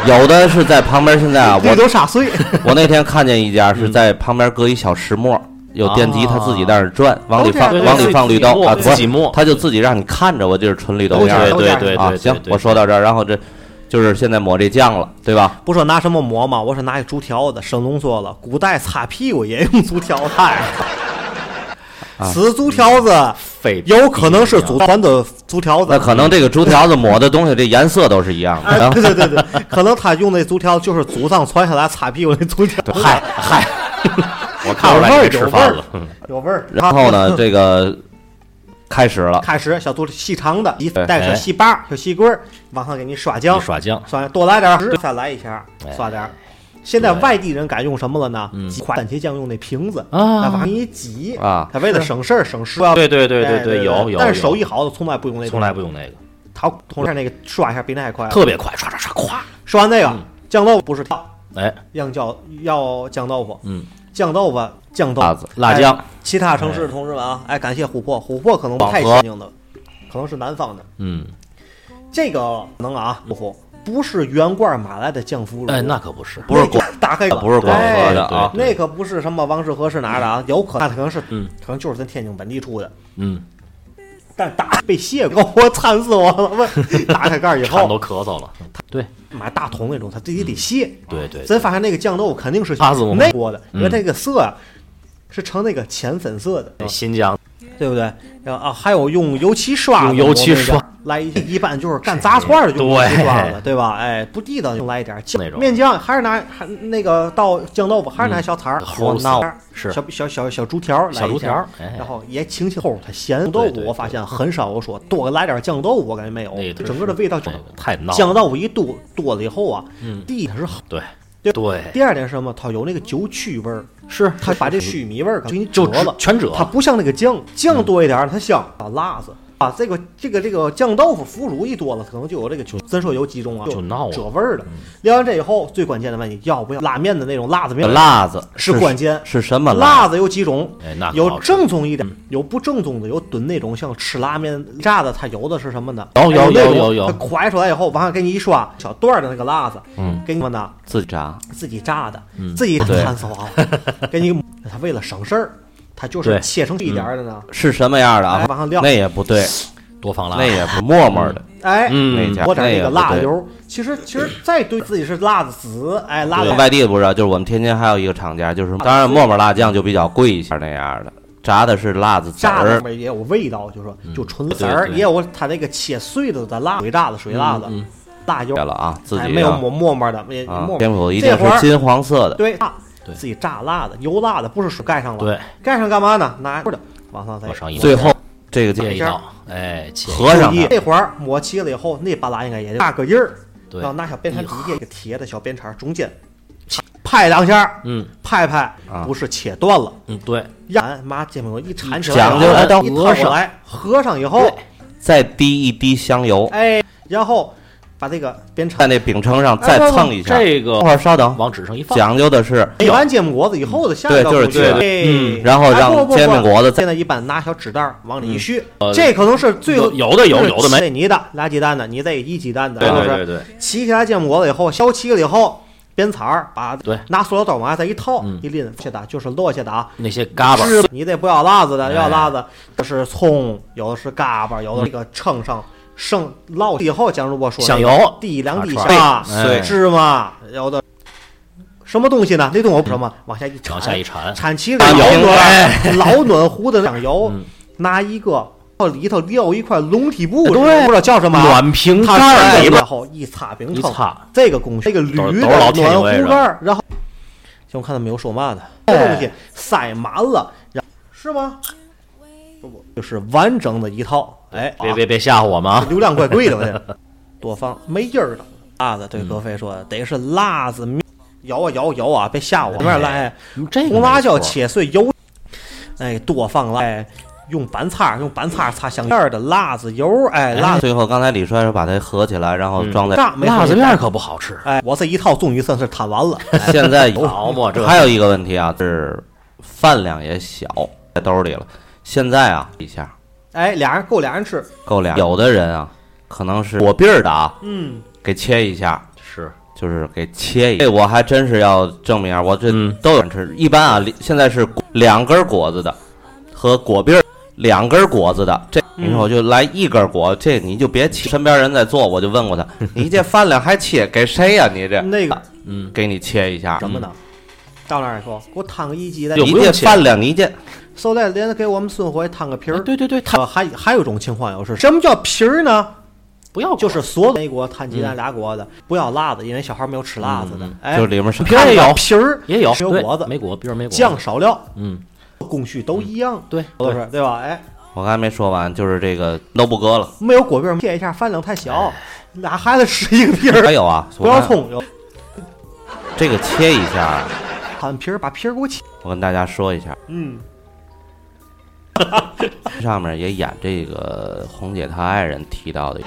Speaker 6: 呃有的是在旁边，现在啊，
Speaker 3: 绿
Speaker 6: 我
Speaker 3: 豆沙碎。
Speaker 6: 我那天看见一家是在旁边搁一小石磨，
Speaker 7: 嗯
Speaker 6: 有电极，他自己在那儿
Speaker 7: 哦
Speaker 6: 转，往里
Speaker 3: 都这样
Speaker 6: 放
Speaker 3: 对
Speaker 6: 往
Speaker 3: 自
Speaker 6: 里
Speaker 3: 己
Speaker 6: 放绿豆啊，
Speaker 7: 自己
Speaker 6: 不
Speaker 7: 磨，
Speaker 6: 他就自己让你看着我就是纯绿豆面儿
Speaker 7: 对
Speaker 3: 都这
Speaker 6: 的
Speaker 7: 对
Speaker 3: 样
Speaker 7: 对
Speaker 6: 啊，
Speaker 7: 对，
Speaker 6: 行，
Speaker 7: 对
Speaker 6: 我说到这儿，然后这就是现在抹这酱了，对吧？
Speaker 3: 不说拿什么磨吗？我是拿一竹条子。生浓缩了，古代擦屁股也用竹条嗨，
Speaker 6: 啊
Speaker 3: 此竹条子
Speaker 7: 非
Speaker 3: 有可能是祖传的竹条
Speaker 6: 那
Speaker 3: 子。
Speaker 6: 可能这个竹条子抹的东西，这颜色都是一样的。
Speaker 7: 啊
Speaker 3: 哎，对对对对，可能他用那竹条就是祖上传下来擦屁股那竹条。
Speaker 6: 嗨，嗨，
Speaker 7: 我看出来你吃饭了，嗯
Speaker 3: 有味儿。
Speaker 6: 然后呢，这个开始了，
Speaker 3: 开始小竹细长的，一
Speaker 6: 对
Speaker 3: 带小细把儿、小细棍儿，往上给你刷
Speaker 7: 哎一
Speaker 3: 酱，
Speaker 7: 刷酱，
Speaker 3: 刷多来点儿，再来一下，刷点儿。现在
Speaker 7: 对
Speaker 3: 外地人改用什么了呢？
Speaker 7: 嗯
Speaker 3: 挤块番茄酱用那瓶子，
Speaker 7: 啊
Speaker 3: 那往上一挤
Speaker 6: 啊
Speaker 3: 他为了省事儿省事儿。
Speaker 7: 对对对
Speaker 3: 哎
Speaker 7: 对
Speaker 3: 对，
Speaker 7: 有有，
Speaker 3: 但是
Speaker 7: 有
Speaker 3: 手艺好的从来不用那个，
Speaker 7: 从来不用那个，
Speaker 3: 他同事那个刷一下比那还快。
Speaker 7: 特嗯别快，唰唰唰，咵，
Speaker 3: 说完那个酱豆腐不是跳，
Speaker 7: 哎，
Speaker 3: 要叫要酱豆腐，
Speaker 7: 嗯，
Speaker 3: 酱豆腐酱豆
Speaker 6: 辣
Speaker 3: 腐
Speaker 6: 子
Speaker 7: 辣酱，
Speaker 3: 哎其他城市的同志们啊，哎，感谢琥珀，琥珀可能不太
Speaker 6: 饱和
Speaker 3: 新颖的，可能是南方的。
Speaker 7: 嗯，
Speaker 3: 这个可能啊，不火不是原罐买来的酱腐乳，
Speaker 7: 哎，那可不是，
Speaker 6: 不是
Speaker 3: 那个打开
Speaker 6: 不是光
Speaker 3: 哎
Speaker 6: 喝的啊。
Speaker 3: 那可不是什么王氏和氏哪儿的啊，有可能那可能是，
Speaker 7: 嗯
Speaker 3: 可能就是咱天津本地出的，
Speaker 7: 嗯，
Speaker 3: 但是打被蟹给 我馋死我了，问 打开盖儿以
Speaker 7: 馋都
Speaker 3: 后，
Speaker 7: 咳嗽了，对
Speaker 3: 买大桶那种，它自己得蟹。
Speaker 7: 对对，
Speaker 3: 咱发现那个酱豆腐肯定是
Speaker 7: 阿兹姆
Speaker 3: 那锅的，因为
Speaker 7: 嗯
Speaker 3: 它那个色啊是呈那个浅粉色的，
Speaker 7: 对新疆
Speaker 3: 对不对？然后啊，还有用油漆刷的，
Speaker 7: 用油漆刷
Speaker 3: 我们那个来一一般就是干杂串儿的用油漆
Speaker 7: 对
Speaker 3: 刷的，对吧？哎，不地道就来一点酱
Speaker 7: 那种
Speaker 3: 面酱，还是拿还那个倒酱豆腐，还是拿小菜儿、
Speaker 7: 齁
Speaker 3: 小菜
Speaker 7: 闹
Speaker 3: 儿
Speaker 7: 是
Speaker 3: 小小小小竹条儿来一下，
Speaker 7: 小竹条儿哎
Speaker 3: 然后也清清后它咸豆腐，
Speaker 7: 对哎
Speaker 3: 我发现很少有说多来点酱豆腐，我感觉没有
Speaker 7: 那，个
Speaker 3: 整个的味道就
Speaker 7: 这个太闹
Speaker 3: 酱
Speaker 7: 了，
Speaker 3: 豆腐一多多了以后啊，第一它是好。
Speaker 7: 对
Speaker 3: 对
Speaker 7: 嗯对，
Speaker 3: 第二点是什么？它有那个酒曲味儿，是它把这曲米味儿给你
Speaker 7: 就
Speaker 3: 折了，
Speaker 7: 全折
Speaker 3: 它
Speaker 7: 了，
Speaker 3: 不像那个酱，酱多一点儿它香啊，辣子啊，这个这个这个酱豆腐腐乳一多了，可能就有这个酒，咱说有几种啊，
Speaker 7: 就闹了
Speaker 3: 褶味儿的。聊完这以后，最关键的问题，要不要拉面的那种辣子
Speaker 7: 嗯
Speaker 3: 面？
Speaker 6: 辣子
Speaker 3: 是关键
Speaker 6: 是什么
Speaker 3: 辣？子有几种
Speaker 7: 哎那？可
Speaker 3: 有
Speaker 7: 好吃
Speaker 3: 正宗一点，有不正宗的，有炖那种像吃拉面炸的，它有的是什么呢？
Speaker 7: 有有
Speaker 3: 哎那种
Speaker 7: 有有有
Speaker 3: 它蒯出来以后，完了给你一刷小段儿的那个辣子，
Speaker 6: 嗯，
Speaker 3: 给你们呢
Speaker 6: 自炸
Speaker 3: 自己炸的，自己
Speaker 6: 对
Speaker 3: 馋死我了。给你，他为了省事儿，他就是
Speaker 7: 对
Speaker 3: 切成一点儿的呢。
Speaker 6: 是什么样的
Speaker 3: 哎
Speaker 6: 啊
Speaker 3: 往上撂？
Speaker 6: 那也不对，
Speaker 7: 多放辣
Speaker 6: 那，也不沫沫的
Speaker 3: 哎，
Speaker 6: 那
Speaker 7: 嗯，
Speaker 6: 家，
Speaker 3: 抹点
Speaker 6: 那
Speaker 3: 那
Speaker 6: 也
Speaker 3: 个
Speaker 6: 不
Speaker 3: 辣
Speaker 6: 对。
Speaker 3: 油。其实其实再对自己是辣子籽，哎，辣
Speaker 6: 对
Speaker 3: 子
Speaker 6: 外地的不知道，就是我们天津还有一个厂家，
Speaker 3: 啊
Speaker 6: 就是当然沫沫辣酱就比较贵一些那样的，炸的是辣子籽
Speaker 3: 炸的
Speaker 6: 儿嗯
Speaker 3: 上，面也有味道，就说就纯
Speaker 7: 对
Speaker 3: 籽儿，
Speaker 7: 对
Speaker 3: 也有它那个切碎了的辣水炸的水辣子，辣油
Speaker 6: 嗯对了啊，自
Speaker 3: 哎，
Speaker 6: 己
Speaker 3: 没有
Speaker 6: 要
Speaker 3: 沫沫沫的，也也
Speaker 6: 啊
Speaker 3: 沫，
Speaker 6: 蝙
Speaker 3: 沫。
Speaker 6: 蝠头一
Speaker 3: 这
Speaker 6: 定
Speaker 3: 会儿
Speaker 6: 是金黄色的，
Speaker 3: 对，辣
Speaker 7: 对
Speaker 3: 自己炸辣的，油辣的，不是水盖上了，
Speaker 7: 对，
Speaker 3: 盖上干嘛呢？拿的往上再
Speaker 7: 往上一
Speaker 6: 最后这个就
Speaker 7: 切一
Speaker 3: 一下
Speaker 7: 道，哎，切一道
Speaker 6: 合上
Speaker 3: 注意
Speaker 6: 它，
Speaker 3: 这会儿抹齐了以后，那半拉应该也大个印儿，啊
Speaker 7: 对
Speaker 6: 哎
Speaker 3: 然后拿小鞭铲底下一个铁的小鞭铲中间，拍两下，
Speaker 7: 嗯
Speaker 3: 拍拍
Speaker 6: 啊，
Speaker 3: 不是切断了，
Speaker 7: 嗯，对，
Speaker 3: 呀，妈煎饼果子一缠起来，
Speaker 6: 讲究
Speaker 3: 然后
Speaker 6: 还当
Speaker 3: 一
Speaker 6: 和
Speaker 3: 套
Speaker 6: 尚
Speaker 3: 过来，合上以后，
Speaker 6: 再滴一滴香油，
Speaker 3: 哎，然后把这个变成
Speaker 6: 在那饼铛
Speaker 3: 哎
Speaker 6: 上再蹭一下。
Speaker 7: 这个
Speaker 6: 等会儿稍等，
Speaker 7: 往纸上一放，
Speaker 6: 讲究的是
Speaker 3: 给完煎饼果子以后的下一道
Speaker 6: 哎嗯对
Speaker 3: 步
Speaker 6: 就是
Speaker 3: 骤，
Speaker 6: 对
Speaker 3: 对
Speaker 7: 嗯
Speaker 6: 然后让煎饼果子再嗯呃
Speaker 3: 现在一般拿小纸袋儿往里一续，这可能是最
Speaker 7: 有有的有有的没
Speaker 3: 这你的俩鸡蛋的，你这一鸡蛋的，啊
Speaker 7: 对
Speaker 3: 然后
Speaker 7: 对
Speaker 3: 是
Speaker 7: 对对，
Speaker 3: 起起来煎饼果子以后，削齐了以后，编彩儿，把
Speaker 7: 对
Speaker 3: 拿塑料兜往下再一套
Speaker 7: 嗯，
Speaker 3: 一拎去打就是落下打。
Speaker 7: 那些嘎巴儿
Speaker 3: 是你得不要辣子的，
Speaker 7: 哎
Speaker 3: 要辣子这是葱，有的是嘎巴，有的这个称上剩烙以后，像如果说
Speaker 7: 香
Speaker 3: 油
Speaker 7: 油，
Speaker 3: 滴两滴
Speaker 7: 啊
Speaker 3: 下
Speaker 7: 哎对
Speaker 3: 芝麻，有的什么东西呢？那东西我不知道嘛，往下一
Speaker 7: 嗯往下
Speaker 3: 铲
Speaker 7: 一，缠，
Speaker 3: 铲齐
Speaker 6: 大
Speaker 3: 了以
Speaker 6: 油
Speaker 3: 后
Speaker 6: 哎
Speaker 3: 老暖壶的酱油
Speaker 7: 嗯，
Speaker 3: 拿一个往里头撂一块龙体布，
Speaker 7: 哎对
Speaker 3: 不知道叫什么啊，
Speaker 7: 暖瓶盖
Speaker 3: 它
Speaker 7: 儿
Speaker 3: 里
Speaker 7: 里边
Speaker 3: 边
Speaker 7: 儿
Speaker 3: 后一擦饼
Speaker 7: 一
Speaker 3: 铛，
Speaker 7: 擦，
Speaker 3: 这个工序，这个
Speaker 7: 都
Speaker 3: 驴
Speaker 7: 是
Speaker 3: 的
Speaker 7: 都是老天津
Speaker 3: 暖
Speaker 7: 味
Speaker 3: 壶
Speaker 7: 是吧
Speaker 3: 盖儿，然后，行，我看他没有说嘛的，这东西塞满了，然是吗？不不，就是完整的一套，哎，
Speaker 7: 别别别吓唬我们
Speaker 3: 啊
Speaker 7: 啊！
Speaker 3: 流量怪贵的，我 这多放没劲儿的。辣子对
Speaker 7: 嗯
Speaker 3: 葛飞说，得是辣子面，摇啊摇啊摇啊，别吓我，慢慢来，
Speaker 7: 这个
Speaker 3: 红辣
Speaker 7: 没
Speaker 3: 椒
Speaker 7: 错
Speaker 3: 切碎油，哎，多放辣，哎用板擦用板擦擦香片的辣子油，哎，辣子
Speaker 6: 最后刚才李帅说把它合起来，然后 装在。
Speaker 3: 炸没
Speaker 7: 辣
Speaker 3: 错
Speaker 7: 子面儿可不好吃，
Speaker 3: 哎，我这一套终于算是摊完了。
Speaker 6: 现在 有
Speaker 7: 好嘛，这
Speaker 6: 还有一个问题啊，就是饭量也小，在兜里了。现在啊，一下
Speaker 3: 哎，俩人够俩人吃，
Speaker 6: 够俩。有的人啊，可能是果篦儿的啊，
Speaker 3: 嗯，
Speaker 6: 给切一下，
Speaker 7: 是
Speaker 6: 就是给切一下。这我还真是要证明啊，我这
Speaker 7: 嗯
Speaker 6: 都有人吃。一般啊，里现在是两根果子的和果篦儿，两根果子的。这你说我就来一根果，这你就别切。身边人在做，我就问过他，你这饭量还切给谁呀、你这
Speaker 3: 那个
Speaker 7: 嗯，
Speaker 6: 给你切一下嗯
Speaker 3: 什么呢？嗯到那儿以后，给我摊个一鸡蛋
Speaker 7: 就，
Speaker 6: 你
Speaker 7: 不用
Speaker 6: 这
Speaker 7: 切
Speaker 6: 饭量，你这
Speaker 3: sau 来连着给我们孙火也摊个皮儿。
Speaker 7: 对对对，
Speaker 3: 他还还有一种情况，有是什么叫皮儿呢？
Speaker 7: 不要
Speaker 3: 就是所有的一锅摊鸡蛋俩锅的，不要辣子，因为小孩没有吃辣子的。哎，
Speaker 6: 就是里面是
Speaker 7: 皮儿也有，
Speaker 3: 皮儿
Speaker 7: 也有，
Speaker 3: 没有
Speaker 7: 对
Speaker 3: 果子
Speaker 7: 没果，比如没果
Speaker 3: 酱，少料，
Speaker 7: 嗯，
Speaker 3: 工序都一样，
Speaker 7: 对，
Speaker 3: 都
Speaker 7: 对
Speaker 3: 是对吧？哎，
Speaker 6: 我刚才没说完，就是这个都不 搁了。
Speaker 3: 没有果篦儿，撇一下饭量太小，俩孩子吃一个皮
Speaker 6: 还
Speaker 3: 儿，
Speaker 6: 有啊，
Speaker 3: 不要
Speaker 6: 我看
Speaker 3: 葱油，
Speaker 6: 这个切一下啊，
Speaker 3: 摊皮儿把皮儿给我切，
Speaker 6: 我跟大家说一下，
Speaker 3: 嗯，
Speaker 6: 上面也演这个红姐她爱人提到的，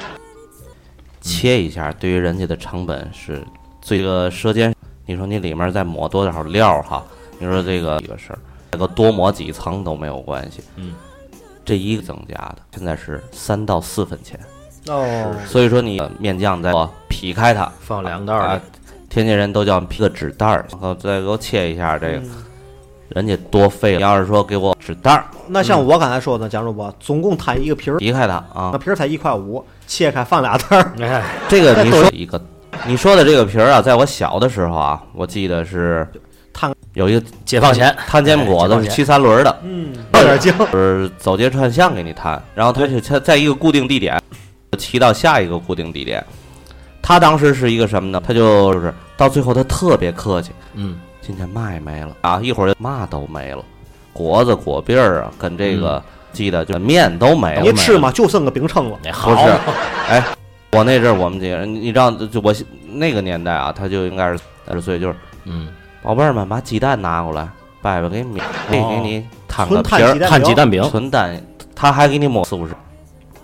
Speaker 6: 切一下对于人家的成本是最这个舌尖，你说你里面再抹多少料儿哈？你说这个这个事儿，这个多抹几层都没有关系，
Speaker 7: 嗯，
Speaker 6: 这一个增加的现在是三到四分钱，
Speaker 3: 哦，
Speaker 6: 所以说你呃面酱再劈开它，
Speaker 7: 放两袋
Speaker 6: 啊
Speaker 7: 儿，，
Speaker 6: 天津人都叫劈个纸袋儿，然后再给我切一下这个，
Speaker 3: 嗯
Speaker 6: 人家多费了。要是说给我纸袋儿
Speaker 3: 那像我刚才说的，蒋主播总共摊一个皮儿，
Speaker 6: 劈开它啊
Speaker 3: 那，皮儿才一块五，切开放俩袋儿，
Speaker 7: 哎，
Speaker 6: 这个你说一个，你说的这个皮儿啊，在我小的时候啊，我记得是
Speaker 3: 摊
Speaker 6: 有一个
Speaker 7: 解放前
Speaker 6: 摊煎饼果子
Speaker 7: 哎解放
Speaker 6: 是
Speaker 7: 前
Speaker 6: 七三轮儿的，
Speaker 3: 嗯，放点精，
Speaker 6: 就是走街串巷给你摊，然后他是他在一个固定地点，骑到下一个固定地点。他当时是一个什么呢？他就就是到最后他特别客气，
Speaker 7: 嗯，
Speaker 6: 今天嘛也没了啊，一会儿嘛都没了，果子、果篦儿啊，跟这个、记得就面都没了。
Speaker 3: 嗯你吃嘛就剩个饼撑了，
Speaker 7: 那好
Speaker 6: 不是，哎，我那阵儿我们几个人，你你知道，就我那个年代啊，他就应该是三十岁，就是
Speaker 7: 嗯，
Speaker 6: 宝贝儿们把鸡蛋拿过来，伯伯给
Speaker 3: 哦
Speaker 6: 你给给你摊个
Speaker 3: 纯
Speaker 6: 皮
Speaker 3: 摊鸡
Speaker 6: 儿，
Speaker 3: 蛋
Speaker 7: 看鸡
Speaker 3: 饼，
Speaker 7: 蛋饼，
Speaker 6: 纯蛋，他还给你抹四五十，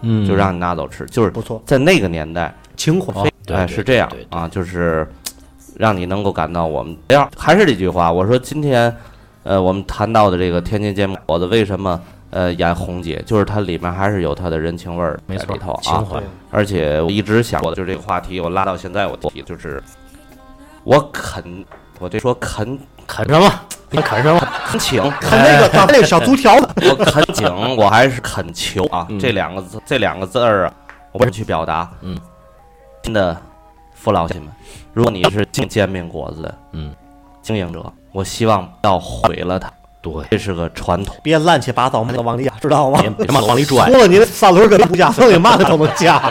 Speaker 7: 嗯，
Speaker 6: 就让你拿走吃，就是
Speaker 3: 不错，
Speaker 6: 在那个年代，
Speaker 3: 情怀，
Speaker 7: 哦对
Speaker 6: 哎，
Speaker 7: 对
Speaker 6: 是这样
Speaker 7: 对对
Speaker 6: 啊，就是让你能够感到我们。要还是这句话，我说今天，呃，我们谈到的这个天津煎饼果子为什么呃演红姐，就是它里面还是有它的人情味儿
Speaker 7: 没
Speaker 6: 在
Speaker 7: 错
Speaker 6: 里头，
Speaker 7: 情
Speaker 6: 啊。
Speaker 7: 怀
Speaker 3: 对，
Speaker 6: 而且我一直想过的，就是这个话题，我拉到现在我提，就是我肯，我这说肯
Speaker 7: 啃什么？你啃什 么？
Speaker 6: 恳请，
Speaker 3: 啃哎
Speaker 6: 哎
Speaker 3: 那个刚才那个小竹条子，
Speaker 6: 我恳请，我还是恳求啊，
Speaker 7: 嗯
Speaker 6: 这两个字，这两个字儿啊，我不是去表达。
Speaker 7: 嗯，
Speaker 6: 真的，父老乡亲们，如果你是经煎饼果子的，
Speaker 7: 嗯，
Speaker 6: 经营者，我希望不要毁了它，
Speaker 7: 对，
Speaker 6: 这是个传统。
Speaker 3: 别乱七八糟，那个往里压，知道吗？
Speaker 7: 别别往里拽
Speaker 3: 除，了你的三轮跟不加，剩下嘛的都能加。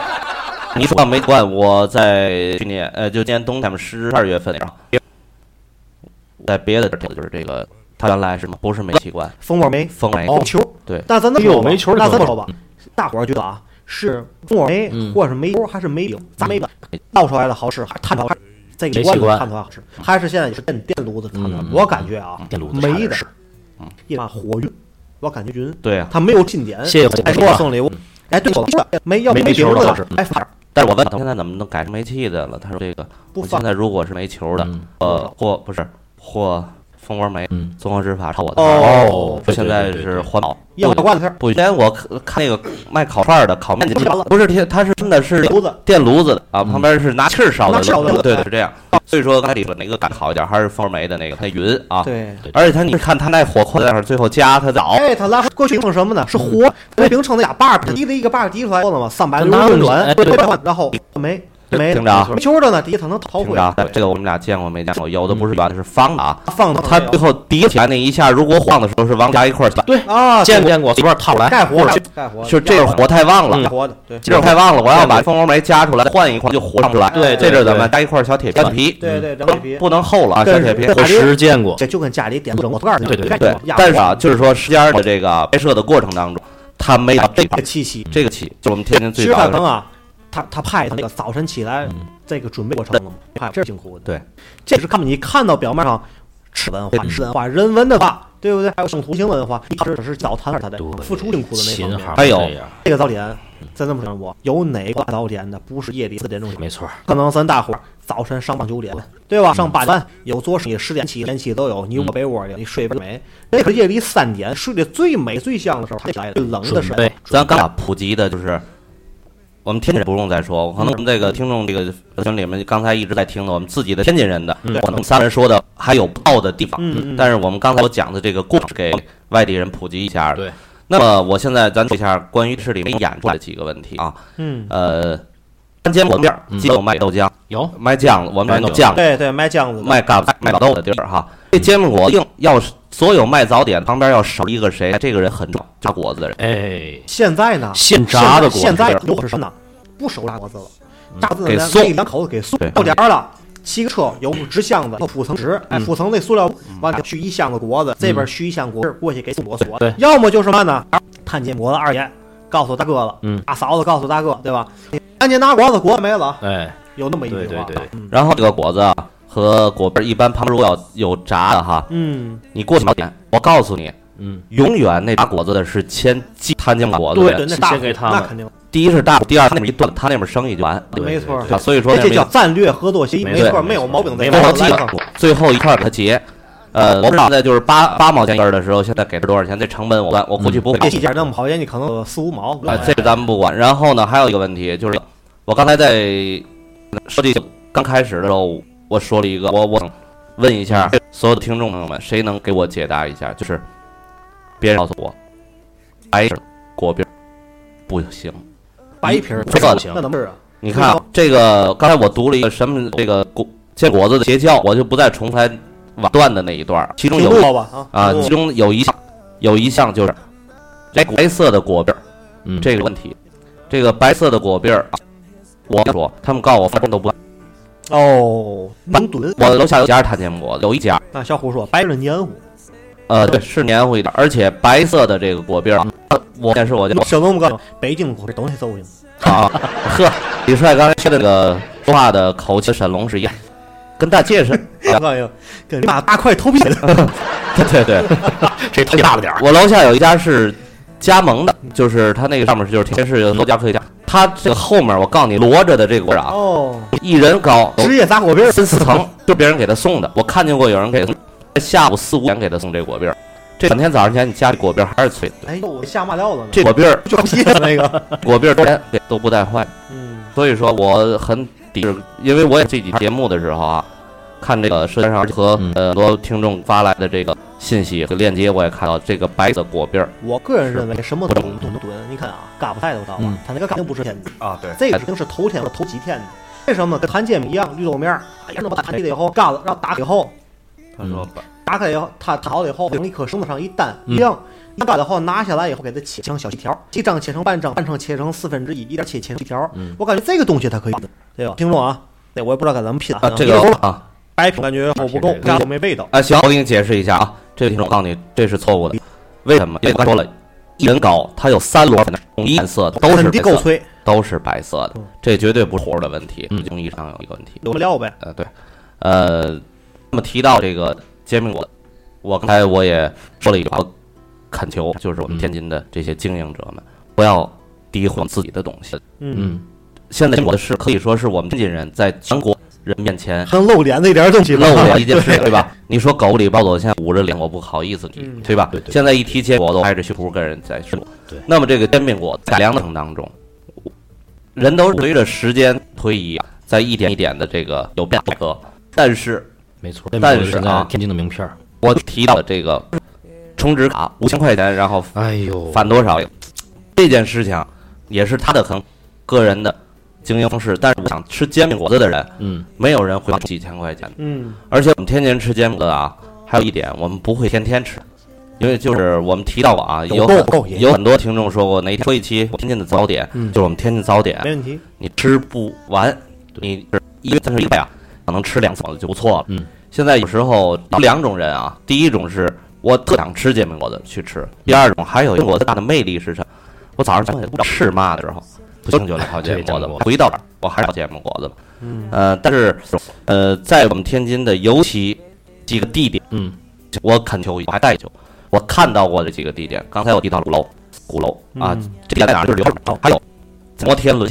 Speaker 6: 你说没关，我在去年呃，就今年冬天十二月份的时候，在别的地儿就是这个，它原来是不是煤气罐，
Speaker 3: 蜂窝煤，
Speaker 6: 风煤
Speaker 3: 煤球，
Speaker 6: 对
Speaker 3: 但咱那么
Speaker 7: 哎呦
Speaker 3: 说吧
Speaker 7: 煤球儿
Speaker 3: 那
Speaker 7: 可
Speaker 3: 这么
Speaker 7: 好
Speaker 3: 说吧，大伙儿觉得啊，是蜂窝煤
Speaker 7: 嗯
Speaker 3: 或者是煤球儿还是煤饼，咱没个
Speaker 6: 嗯
Speaker 3: 烙出来的好吃，还是碳烤，这
Speaker 7: 煤
Speaker 3: 一
Speaker 7: 气
Speaker 3: 罐子
Speaker 7: 罐
Speaker 3: 碳烤好吃，还是现在是电电炉子碳烤
Speaker 7: 嗯，
Speaker 3: 我感觉啊，
Speaker 7: 电炉子嗯差
Speaker 3: 煤
Speaker 7: 点
Speaker 3: 的
Speaker 7: 是，
Speaker 3: 一把火运，我感觉云，
Speaker 6: 对啊，
Speaker 3: 它没有进点。
Speaker 7: 谢谢我
Speaker 3: 哎，说了送礼物，哎，对我了，没要
Speaker 7: 没
Speaker 3: 没
Speaker 7: 球
Speaker 3: 球
Speaker 7: 的好吃
Speaker 3: 哎，反正
Speaker 6: 但是我问他现在怎么能改成煤气的了，他说这个
Speaker 3: 不
Speaker 6: 我
Speaker 3: 放
Speaker 6: 现在如果是煤球的，
Speaker 7: 嗯
Speaker 6: 呃，或不是或蜂窝煤，
Speaker 7: 嗯，
Speaker 6: 综合执法查我的牌儿，
Speaker 3: 哦，
Speaker 6: 我现在是环保，
Speaker 3: 要
Speaker 6: 不
Speaker 3: 不罐子
Speaker 7: 嗯
Speaker 3: 片
Speaker 6: 不许，之前我看看那个卖烤串儿的烤面筋
Speaker 3: 不是，
Speaker 6: 不是贴，他是真的是
Speaker 3: 炉子，
Speaker 6: 电炉子的啊，
Speaker 7: 嗯
Speaker 6: 旁边是拿气儿烧
Speaker 3: 嗯
Speaker 6: 的
Speaker 3: 拿气儿烧的
Speaker 6: 炉子，对对是这样。所以说刚才你说哪个感好一点，还是蜂窝煤的那个，它云啊，
Speaker 3: 对。
Speaker 6: 而且它你看它那火块在那儿最后加它早，
Speaker 3: 哎，他拉过去用什么呢？是活，那饼铛那俩把儿，提了一个把儿提出来，了吗？三百六十
Speaker 6: 哎
Speaker 3: 转，然后没没没球的呢，底下他能逃
Speaker 6: 啊听
Speaker 3: 回
Speaker 6: 着啊，这个我们俩见过没见过？有的不是圆的，是方的啊。
Speaker 3: 放到
Speaker 6: 它最后叠起来那一下，如果晃的时候是往加一块儿的，
Speaker 3: 啊，
Speaker 7: 见过见过，随便套来，
Speaker 3: 盖活
Speaker 7: 或者
Speaker 3: 的，盖活的，
Speaker 6: 就这个火太旺了，
Speaker 3: 盖活的，对
Speaker 6: 这个火太旺了，我要把蜂窝煤加出来，换一块就火上不来。
Speaker 3: 对
Speaker 6: 这
Speaker 7: 对
Speaker 6: 阵儿咱
Speaker 7: 对
Speaker 6: 们加一块小铁
Speaker 7: 小
Speaker 6: 片皮，
Speaker 7: 铁
Speaker 3: 对对，两皮
Speaker 6: 不能厚了啊，小
Speaker 3: 对对
Speaker 6: 铁
Speaker 3: 对
Speaker 6: 皮。
Speaker 7: 火石见过，
Speaker 3: 这就跟家里点整火盖儿一样，
Speaker 6: 对，但是啊，就是说时间的这个拍摄的过程当中，他没把这
Speaker 3: 这
Speaker 6: 块
Speaker 3: 气息，
Speaker 6: 这个起，就是我们天津
Speaker 3: 其
Speaker 6: 最
Speaker 3: 实
Speaker 6: 早
Speaker 3: 范
Speaker 6: 的嗯
Speaker 3: 鹏啊，他他派他那个早晨起来这个准备过程了吗？派这是辛苦的，
Speaker 6: 对，
Speaker 3: 这是看你看到表面上吃文化、吃文化、人文的
Speaker 6: 嗯
Speaker 3: 话，对不对？还有生图形文化，这只是早谈他的付出辛苦的那方
Speaker 7: 琴
Speaker 3: 面。
Speaker 7: 行
Speaker 6: 还有
Speaker 7: 这样
Speaker 3: 这个早点，咱这么说，我有哪个大早点的不是夜里四点钟起？
Speaker 7: 没错儿，
Speaker 3: 可能咱大伙儿早晨上八九
Speaker 6: 嗯
Speaker 3: 点，对吧？上八点半有做生意十点起、点起都有，你
Speaker 6: 嗯
Speaker 3: 窝被窝里，你睡不美。那可是夜里三点睡得最美最香的时候，他起来最冷的
Speaker 7: 准
Speaker 3: 时候，
Speaker 7: 备
Speaker 6: 咱刚普及的就是，我们天津人不用再说，我可能我们这个听众这个群里面刚才一直在听的，我们自己的天津人的，
Speaker 3: 嗯
Speaker 6: 我们三人说的还有不到的地方，
Speaker 3: 嗯嗯
Speaker 6: 但是我们刚才我讲的这个故事给外地人普及一下的
Speaker 7: 对，
Speaker 6: 那么我现在咱说一下关于市里面演出来的几个问题啊，
Speaker 3: 嗯，
Speaker 6: 呃，干煎果面儿，基本卖豆浆，
Speaker 7: 有
Speaker 6: 卖酱，我们卖酱，
Speaker 3: 对对，卖酱子的，
Speaker 6: 卖干卖老豆的地儿哈。这煎饼果一定要是所有卖早点旁边要少一个谁，这个人很重要，炸果子的人。
Speaker 7: 哎，
Speaker 3: 现在呢，
Speaker 7: 现炸的果嗯
Speaker 3: 现在
Speaker 7: 子
Speaker 3: 有是什么呢？不收炸果子了，炸果子
Speaker 6: 给
Speaker 3: 呢
Speaker 6: 送
Speaker 3: 那两口子给送
Speaker 6: 对
Speaker 3: 到点儿了。骑个车有纸箱子，有铺层纸，
Speaker 7: 嗯
Speaker 3: 哎，铺层那塑料，完了续一箱子果子，这边续一箱果子，过去给送果锁
Speaker 7: 对对。
Speaker 3: 要么就是嘛呢，摊煎果子二爷告诉大哥了，
Speaker 7: 嗯
Speaker 3: 大嫂子告诉大哥，对吧？赶紧拿果子，果子没了，
Speaker 7: 哎，
Speaker 3: 有那么一
Speaker 7: 对
Speaker 3: 句
Speaker 7: 对
Speaker 3: 话。嗯
Speaker 7: 对，
Speaker 6: 然后这个果子啊和果边儿一般旁边如果要有炸的哈，
Speaker 3: 嗯，
Speaker 6: 你过去早点，我告诉你，
Speaker 7: 嗯，
Speaker 6: 永远那炸果子的是先鸡摊煎果子的
Speaker 3: 对，
Speaker 6: 人，
Speaker 3: 那大
Speaker 7: 先给他
Speaker 3: 那
Speaker 7: 们
Speaker 3: 肯定，
Speaker 6: 第一是大，第二他那边一断，他那边生意就完。
Speaker 7: 对
Speaker 3: 没错
Speaker 7: 对
Speaker 3: 儿。
Speaker 6: 啊，所以说
Speaker 3: 这
Speaker 6: 那
Speaker 3: 叫
Speaker 6: 边
Speaker 3: 战略合作协议，
Speaker 7: 没
Speaker 3: 没
Speaker 7: 错
Speaker 3: 错，没有毛病。
Speaker 7: 没
Speaker 3: 在
Speaker 7: 毛
Speaker 6: 最
Speaker 7: 病啊
Speaker 3: 这儿来
Speaker 6: 后记
Speaker 3: 一块
Speaker 6: 得最后一块儿给他结。呃，我不知道现在就是八八毛钱一根儿的时候，现在给是多少钱？这成本我算，我估计不会
Speaker 3: 这细节那么好，人家可能有四五毛。五毛，
Speaker 6: 啊这个咱们不管。然后呢，还有一个问题就是，我刚才在说这个刚开始的时候，我说了一个，我我想问一下所有的听众朋友们，谁能给我解答一下？就是别人告诉我，白色果饼不行。
Speaker 3: 白皮儿
Speaker 6: 这个不
Speaker 7: 行
Speaker 3: 那能不是啊？
Speaker 6: 你看啊这个，刚才我读了一个什么这个果结果子的邪教，我就不再重复网段的那一段儿，其中
Speaker 3: 挺
Speaker 6: 有
Speaker 3: 多吧啊
Speaker 6: 啊，
Speaker 3: 挺
Speaker 7: 哦
Speaker 6: 其
Speaker 3: 多
Speaker 6: 中有一项有一项就是这白色的果篦儿
Speaker 7: 嗯，
Speaker 6: 这个问题，这个白色的果篦儿，啊我跟你说他们告诉我反正都不干，
Speaker 3: 哦，能蹲。
Speaker 6: 我楼下有家摊煎果，有一家，
Speaker 3: 那小虎说白人黏糊，
Speaker 6: 呃，对，是黏糊一点，而且白色的这个果篦儿啊，我也是我家
Speaker 3: 小东哥，北京口这东西搜去。
Speaker 6: 啊， 呵，李帅刚才说的那个说话的口气，沈龙是一样，跟大介是，
Speaker 3: 我告诉你，跟你妈大块头皮的，
Speaker 6: 对对。
Speaker 7: 这头大了点儿，
Speaker 6: 我楼下有一家是加盟的，就是他那个上面就是天是楼家可以加，他这个后面我告诉你摞着的这个果儿啊，
Speaker 3: 哦，
Speaker 6: 一人高
Speaker 3: 职业砸火边儿，
Speaker 6: 三四层，就别人给他送的。我看见过有人给他送，下午四五点给他送这果篦儿，这两天早上前你家里果篦儿还是脆的。
Speaker 3: 哎呦，我下马料了呢，
Speaker 6: 这果篦儿
Speaker 3: 就皮的那个，
Speaker 6: 果篦儿都给都不带坏，
Speaker 3: 嗯，
Speaker 6: 所以说我很抵制，因为我也这几天节目的时候啊。看这个社交上和
Speaker 7: 嗯
Speaker 6: 呃很多听众发来的这个信息和链接，我也看到这个白色果篦儿，
Speaker 3: 我个人认为什么东西都能蹲，你看啊，嘎巴菜都到
Speaker 7: 嗯
Speaker 3: 了，他那个嘎巴不是天的，
Speaker 8: 啊，对，
Speaker 3: 这个肯定是头天或者头几天的。为什么呢？跟摊煎饼一样，绿豆面儿，哎呀，那么摊地了以后，嘎了，让打以后，
Speaker 8: 他说
Speaker 3: 打开以后，它它好了以后，往一颗绳子上一担，
Speaker 7: 嗯
Speaker 3: 一样，一干了以后拿下来以后，给它切成小细条，一张切成半张，半张切成四分之一，一点切切成一条。
Speaker 7: 嗯
Speaker 3: 我感觉这个东西它可以，对吧？听众啊，那我也不知道该怎么拼
Speaker 6: 啊，这个啊，
Speaker 3: 白品感觉我不够，
Speaker 7: 这个
Speaker 3: 然后没味道。
Speaker 6: 啊，行，我给你解释一下啊，这个听众我告诉你，这是错误的。为什么？因为我刚说了，一人高，它有三摞在那儿，统一颜色的都是
Speaker 3: 肯
Speaker 6: 白
Speaker 3: 定
Speaker 6: 色
Speaker 3: 够
Speaker 6: 的。
Speaker 3: 脆，
Speaker 6: 都是白色的，这绝对不是活的问题，工艺上有一个问题。
Speaker 3: 我们聊呗。
Speaker 6: 呃，对，呃，那么提到这个煎饼果，我刚才我也说了一句话，我恳求就是我们天津的这些经营者们，不要诋毁自己的东西。
Speaker 3: 嗯，
Speaker 7: 嗯，
Speaker 6: 现在我的是可以说是我们天津人在全国人面前
Speaker 3: 还能露脸的一点东西
Speaker 6: 露 脸一件事，对吧？你说狗里暴走，现在捂着脸，我不好意思你
Speaker 3: 嗯，
Speaker 6: 对吧
Speaker 7: 对？对
Speaker 6: 现在一提结果，我都拍着胸脯跟人在说。
Speaker 7: 对
Speaker 6: 那么这个煎饼果改良的过程当中，人都是随着时间推移啊，在一点一点的这个有变革。但是
Speaker 7: 没错。
Speaker 6: 但是啊
Speaker 7: 现在天津的名片儿，
Speaker 6: 我提到的这个充值卡五千块钱，然后
Speaker 7: 哎呦，
Speaker 6: 返多少，这件事情也是他的可能个人的经营方式。但是我想吃煎饼果子的人，
Speaker 7: 嗯，
Speaker 6: 没有人会花几千块钱的
Speaker 3: 嗯，
Speaker 6: 而且我们天天吃煎饼的啊，还有一点，我们不会天天吃，因为就是我们提到过啊，有
Speaker 3: 够
Speaker 6: 很
Speaker 3: 够也
Speaker 6: 有很多听众说过，哪天说一期我天津的早点，就是我们天津早
Speaker 3: 没
Speaker 6: 点，
Speaker 3: 问题。
Speaker 6: 你吃不完，你是一个三十一块啊，可能吃两次就不错了。
Speaker 7: 嗯，
Speaker 6: 现在有时候有两种人啊，第一种是我特想吃煎饼果子去吃，第二种还有一个我最大的魅力是什么？我早上起来不知道吃嘛的时候，不行就聊煎饼果子吧，回到这儿我还是聊煎饼果子吧。
Speaker 3: 嗯，
Speaker 6: 呃，但是呃，在我们天津的尤其几个地点，
Speaker 7: 嗯，
Speaker 6: 我恳求，我还带球，我看到过的几个地点。刚才我提到了鼓楼，鼓楼啊，
Speaker 3: 嗯
Speaker 6: 这地点在哪儿？就是刘哦，还有摩天轮，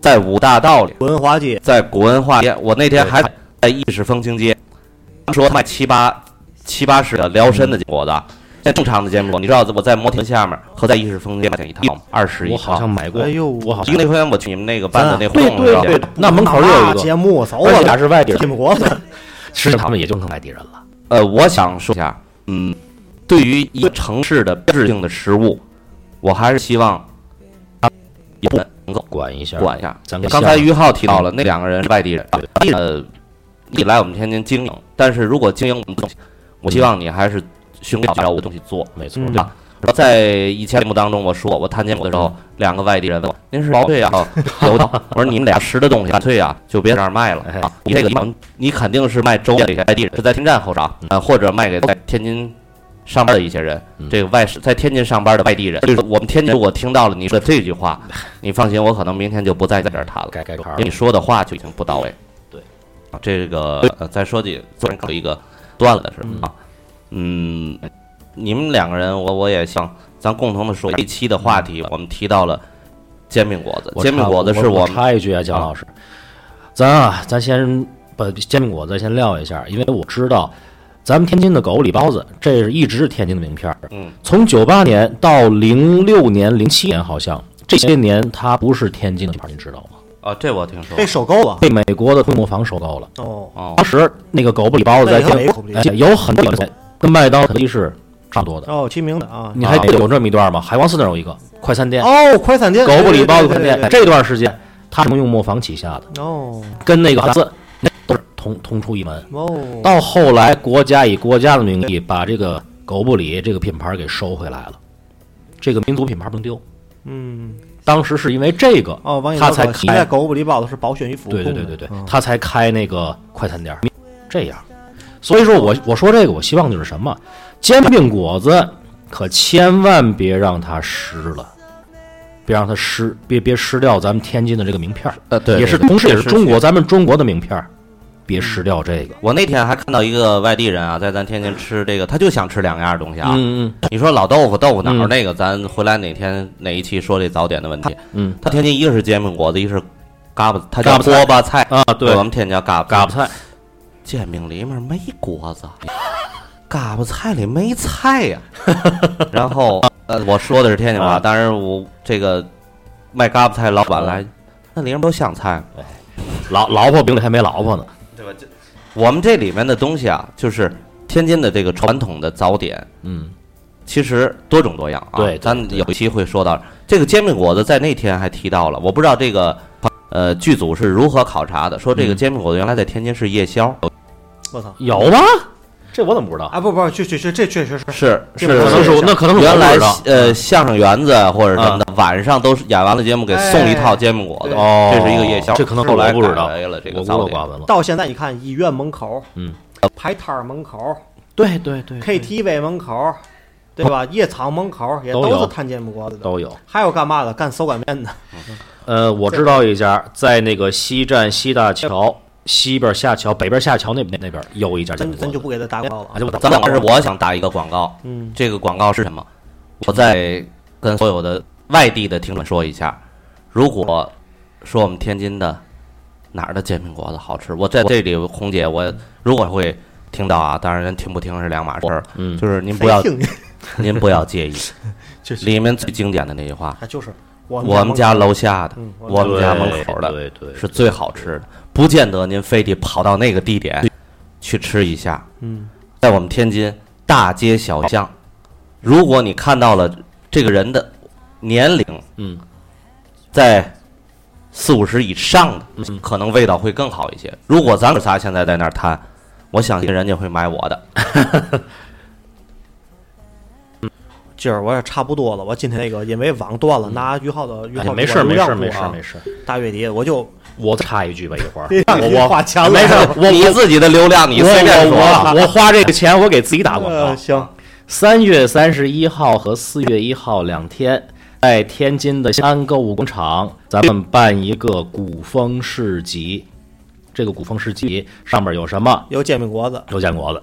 Speaker 6: 在五大道里，
Speaker 3: 文华街
Speaker 6: 在古文化街，我那天
Speaker 7: 对
Speaker 6: 还在意式风情街，他们说卖七八七八十的辽参的坚果的。现在正常的坚果，你知道我在摩天轮下面和在意式风情街买一套吗？二十一
Speaker 7: 我好
Speaker 6: 套
Speaker 7: 像。买过，
Speaker 3: 哎呦
Speaker 7: 我好
Speaker 6: 因
Speaker 7: 像
Speaker 6: 为那天我去你们那个班的那活
Speaker 7: 对
Speaker 6: 动的时
Speaker 7: 对
Speaker 6: 候，
Speaker 7: 对，那门口又有一
Speaker 3: 那
Speaker 7: 个，
Speaker 3: 节目，走
Speaker 7: 而且
Speaker 3: 了，
Speaker 7: 还是外地人，
Speaker 3: 进不国的。
Speaker 7: 吃着他们也就成外地人了。
Speaker 6: 呃，我想说一下，嗯，对于一个城市的标志性的食物，我还是希望它有人能够
Speaker 7: 管一下，
Speaker 6: 管一下。
Speaker 7: 咱们
Speaker 6: 刚才于浩提到了那两个人是外地人，呃，你来我们天津经营，但是如果经营我们的东西，我希望你还是寻找找我的东西做。
Speaker 7: 没错，
Speaker 3: 嗯
Speaker 7: 对吧？
Speaker 6: 然后在以前节目当中，我说我探监我的时候，两个外地人问我：“您是毛对呀、啊？ 有的。”我说：“你们俩吃的东西干脆呀、就别在这儿卖了
Speaker 7: 哎
Speaker 6: 啊！你这个地方你肯定是卖周边的一些外地人，是在天站后找，呃，或者卖给在天津上班的一些人，
Speaker 7: 嗯
Speaker 6: 这个外市在天津上班的外地人。就是我们天津，如果听到了你说的这句话，你放心，我可能明天就不再在这儿谈了。
Speaker 7: 该改牌
Speaker 6: 因为你说的话就已经不到位。
Speaker 7: 对，
Speaker 6: 啊，这个呃，再说起做人搞一个断了的事儿啊，嗯，你们两个人，我我也想，咱共同的说这一期的话题，我们提到了煎饼果子，
Speaker 7: 嗯我
Speaker 6: 煎饼
Speaker 7: 插
Speaker 6: 果子是
Speaker 7: 我
Speaker 6: 们
Speaker 7: 插一句啊，蒋老师，咱啊，咱先把煎饼果子先撂一下，因为我知道咱们天津的狗李包子，这是一直是天津的名片儿。
Speaker 6: 嗯，
Speaker 7: 从九八年到零六年、零七年，好像这些年它不是天津的名片儿，你知道吗？
Speaker 6: 啊，这我听说
Speaker 3: 被收购了。
Speaker 7: 被美国的规模房收购了。
Speaker 3: 哦，
Speaker 6: 哦
Speaker 7: 当，时那个狗不理包子
Speaker 3: 那
Speaker 7: 在
Speaker 3: 你
Speaker 7: 天
Speaker 3: 还没狗不理
Speaker 7: 哎有很多跟麦当劳、肯德基是差不多的。
Speaker 3: 哦，清明的啊。
Speaker 7: 你还有这么一段吗？海王寺那儿有一个快餐店，
Speaker 3: 哦，快餐店，
Speaker 7: 狗不理包
Speaker 3: 对
Speaker 7: 子快
Speaker 3: 对
Speaker 7: 餐
Speaker 3: 对对
Speaker 7: 店。这段时间，它是用磨坊旗下的，
Speaker 3: 对哦
Speaker 7: 跟那个汉字都是同同出一门。
Speaker 3: 哦，
Speaker 7: 到后来，国家以国家的名义把这个狗不理这个品牌给收回来了，这个民族品牌不能丢。
Speaker 3: 嗯
Speaker 7: 当时是因为这个
Speaker 3: 哦，王，
Speaker 7: 他才
Speaker 3: 现在
Speaker 7: 开，
Speaker 3: 狗不理包子是保险与服务
Speaker 7: 对对
Speaker 3: 供的
Speaker 7: 对对对，
Speaker 3: 嗯
Speaker 7: 他才开那个快餐店儿，这样。所以说我我说这个，我希望就是什么，煎饼果子可千万别让它湿了，别让它湿，别别湿掉咱们天津的这个名片儿。
Speaker 6: 呃，对，
Speaker 7: 也是
Speaker 6: 对
Speaker 7: 同时也
Speaker 6: 这
Speaker 7: 是中国咱们中国的名片儿，别失掉这个
Speaker 6: 我那天还看到一个外地人啊，在咱天津吃这个，他就想吃两样东西啊。
Speaker 7: 嗯
Speaker 6: 你说老豆腐豆腐脑儿
Speaker 7: 嗯
Speaker 6: 那个，咱回来哪天哪一期说这早点的问题。
Speaker 7: 嗯
Speaker 6: 他天津一个是煎饼果子，一个是嘎巴，他叫
Speaker 7: 嘎巴菜
Speaker 6: 锅巴菜。
Speaker 7: 啊，对
Speaker 6: 我，们天津叫嘎巴
Speaker 7: 嘎巴菜，
Speaker 6: 煎饼里面没果子，嘎巴菜里没菜 呀、然后呃，我说的是天津话，
Speaker 7: 啊
Speaker 6: 当然我这个卖嘎巴菜老板
Speaker 7: 啊
Speaker 6: 来，那里面都香菜吗。
Speaker 7: 老老婆饼里还没老婆呢，
Speaker 6: 我们这里面的东西啊，就是天津的这个传统的早点，
Speaker 7: 嗯，
Speaker 6: 其实多种多样啊。
Speaker 7: 对对
Speaker 6: 咱有一期会说到这个煎饼果子，在那天还提到了，我不知道这个呃剧组是如何考察的，说这个
Speaker 7: 嗯
Speaker 6: 煎饼果子原来在天津是夜宵，
Speaker 3: 我操
Speaker 7: 有吗？啊这我怎么不知道？
Speaker 3: 啊！不不，确确确，这确实是
Speaker 6: 是是
Speaker 3: 这不
Speaker 7: 可能是我，那可能是我
Speaker 6: 原
Speaker 7: 不
Speaker 6: 来
Speaker 7: 知道哦嗯
Speaker 6: 呃相声园子或者什么的，晚上都是演完了节目给送一套煎饼果子，
Speaker 7: 哦，
Speaker 6: 这是一个夜宵。
Speaker 7: 这可能是
Speaker 6: 后
Speaker 7: 我
Speaker 6: 来
Speaker 7: 不知道，
Speaker 6: 改为了这个
Speaker 7: 我孤
Speaker 6: 早
Speaker 7: 陋
Speaker 6: 点
Speaker 7: 寡。闻了。
Speaker 3: 到现在你看医院门口，
Speaker 7: 嗯，
Speaker 3: 排摊儿门口
Speaker 7: 对对对
Speaker 3: ，KTV 门口，对吧？夜场门口也
Speaker 7: 都
Speaker 3: 都
Speaker 7: 有
Speaker 3: 是摊煎饼果子的，
Speaker 7: 都有。
Speaker 3: 还有干嘛的？干手擀面的，
Speaker 7: 呃，我知道一家在那个西站西大桥西边下桥北边下桥那那那边有一家煎
Speaker 3: 咱咱
Speaker 7: 饼果
Speaker 3: 就
Speaker 7: 子，
Speaker 3: 不给他打广告了啊
Speaker 7: 啊，就
Speaker 6: 咱
Speaker 7: 咱
Speaker 6: 们
Speaker 7: 们
Speaker 6: 但是我想打一个广告，
Speaker 3: 嗯，
Speaker 6: 这个广告是什么？我再跟所有的外地的听众说一下，如果说我们天津的哪儿的煎饼果子好吃，我在这里，红姐，我如果会听到啊，当然人听不听是两码事儿，
Speaker 7: 嗯，
Speaker 6: 就是您不要
Speaker 3: 谁听你
Speaker 6: 您不要介意，
Speaker 3: 就是
Speaker 6: 里面最经典的那句话，
Speaker 3: 啊，就是我
Speaker 6: 我们家
Speaker 3: 家
Speaker 6: 楼下的
Speaker 3: 门口，嗯，
Speaker 6: 我们家门口的
Speaker 7: 对对对
Speaker 6: 是最好吃的，不见得您非得跑到那个地点去吃一下。
Speaker 3: 嗯，
Speaker 6: 在我们天津大街小巷，如果你看到了这个人的年龄，
Speaker 7: 嗯，
Speaker 6: 在四五十以上的，
Speaker 7: 嗯
Speaker 6: 可能味道会更好一些。如果咱们仨现在在那儿摊，我相信人家会买我的。
Speaker 7: 嗯
Speaker 3: 今儿我也差不多了，我今天那个因为网断了，拿于浩的于
Speaker 7: 哎
Speaker 3: 浩
Speaker 7: 没事儿没事儿没事儿没事儿，
Speaker 3: 事，大月底我就
Speaker 7: 我插一句吧，一会儿
Speaker 3: 你
Speaker 7: 我我
Speaker 3: 花钱了
Speaker 7: 没事儿，我
Speaker 6: 你自己的流量你
Speaker 7: 我
Speaker 6: 随便说啊，
Speaker 7: 我我我花这个钱，我给自己打广告
Speaker 3: 呃。行，
Speaker 7: 三月三十一号和四月一号两天，在天津的新安购物广场，咱们办一个古风市集。这个古风市集上面有什么？
Speaker 3: 有煎饼果子，
Speaker 7: 有煎果子，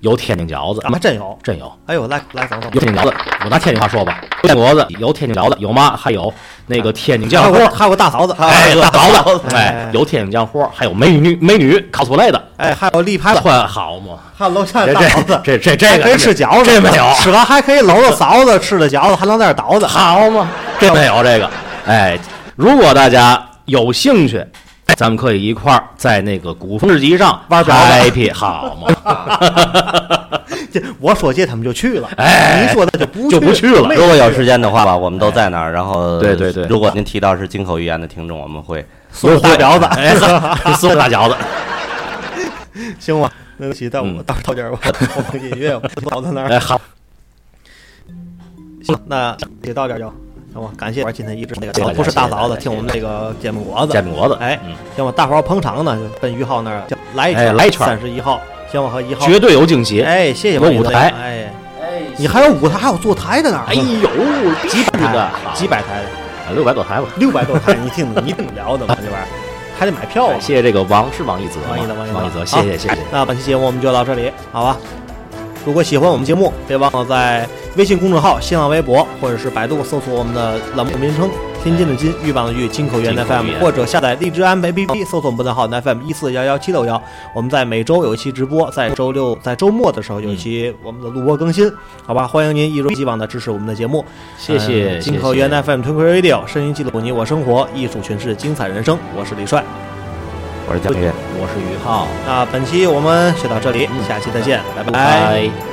Speaker 7: 有天津饺子，啊
Speaker 3: 咱们真有，
Speaker 7: 真有。
Speaker 3: 哎呦，来来等等，
Speaker 7: 有天津饺子，我拿天津话说吧，有煎果子，有天津饺子，有嘛？还有那个天津
Speaker 3: 还
Speaker 7: 酱
Speaker 3: 有
Speaker 7: 货
Speaker 3: 个，还有个大嫂子，
Speaker 7: 哎，
Speaker 3: 有
Speaker 7: 饺子，
Speaker 3: 哎
Speaker 7: 哎，有天津酱货，还有美女美女 cosplay 的，
Speaker 3: 哎，还有立牌子，
Speaker 7: 穿好嘛？
Speaker 3: 还有楼下
Speaker 7: 这
Speaker 3: 的大嫂
Speaker 7: 这
Speaker 3: 子，
Speaker 7: 这这这
Speaker 3: 还
Speaker 7: 个
Speaker 3: 可以吃饺子，
Speaker 7: 这没有，
Speaker 3: 吃完还可以搂着嫂子吃着饺子，还能在那儿倒子，
Speaker 7: 好嘛，这没有这个。哎，如果大家有兴趣，哎咱们可以一块儿在那个古风市集上
Speaker 3: 玩表演
Speaker 7: happy 好嘛？
Speaker 3: 这我说这他们就去了，
Speaker 7: 哎
Speaker 3: 你说的就不
Speaker 7: 就不去了
Speaker 3: 没
Speaker 6: 如果有时间的话吧，我们都在那儿。然后，
Speaker 7: 哎对对对
Speaker 6: 如果您提到是金口玉言的听众，我们会
Speaker 3: 送大饺 子，
Speaker 7: 哎，送大饺子，
Speaker 3: 行吧？那不起，但我
Speaker 7: 嗯
Speaker 3: 到到这儿吧，我放音乐，我倒 在那儿。
Speaker 7: 哎好，
Speaker 3: 行，那也到这儿就，行吧？感谢今天一直那
Speaker 7: 谢
Speaker 3: 个
Speaker 7: 谢大家
Speaker 3: 不是大嫂子
Speaker 7: 谢谢大家
Speaker 3: 听我们这个煎饼果子，
Speaker 7: 煎饼果子，
Speaker 3: 哎
Speaker 7: 嗯，
Speaker 3: 行吧？大伙儿捧场呢，就奔于浩那儿就来一
Speaker 7: 哎来一圈儿
Speaker 3: 三十一号，行吧？和一号，
Speaker 7: 绝对有惊喜。
Speaker 3: 哎，谢谢
Speaker 7: 有
Speaker 3: 王宇
Speaker 7: 舞
Speaker 3: 队
Speaker 7: 台
Speaker 3: 哎，你还有舞台，还有坐台的呢，
Speaker 7: 哎呦，
Speaker 3: 啊几百台
Speaker 7: 的，
Speaker 3: 几百台的，
Speaker 7: 六百多台吧。
Speaker 3: 六百多台，你听你听聊的吗？这玩意儿还得买票啊
Speaker 7: 感。谢这个王是王一泽吗，
Speaker 3: 王一泽，王一泽，啊
Speaker 7: 王一泽，
Speaker 3: 好
Speaker 7: 谢谢谢谢。
Speaker 3: 那本期节目我们就到这里，好吧？如果喜欢我们节目，别忘了在微信公众号、新浪微博或者是百度搜索我们的栏目名称“天津的津，玉邦的玉，金口源
Speaker 7: 金口
Speaker 3: FM”，
Speaker 7: 源
Speaker 3: 或者下载荔枝 M A P P 搜索我们的号 FM 一四幺幺七六幺。我们在每周有一期直播，在周六在周末的时候有一期我们的录播更新，好吧？欢迎您一如既往的支持我们的节目，
Speaker 7: 谢谢
Speaker 3: 嗯
Speaker 7: 谢
Speaker 3: 金口
Speaker 7: 谢
Speaker 3: 源 FM t w i n Radio，声音记录你我生活，艺术诠释精彩人生，我是李帅。
Speaker 6: 我是江月。
Speaker 7: 我是于浩，
Speaker 3: 那本期我们就到这里，下期再见，拜
Speaker 7: 嗯拜。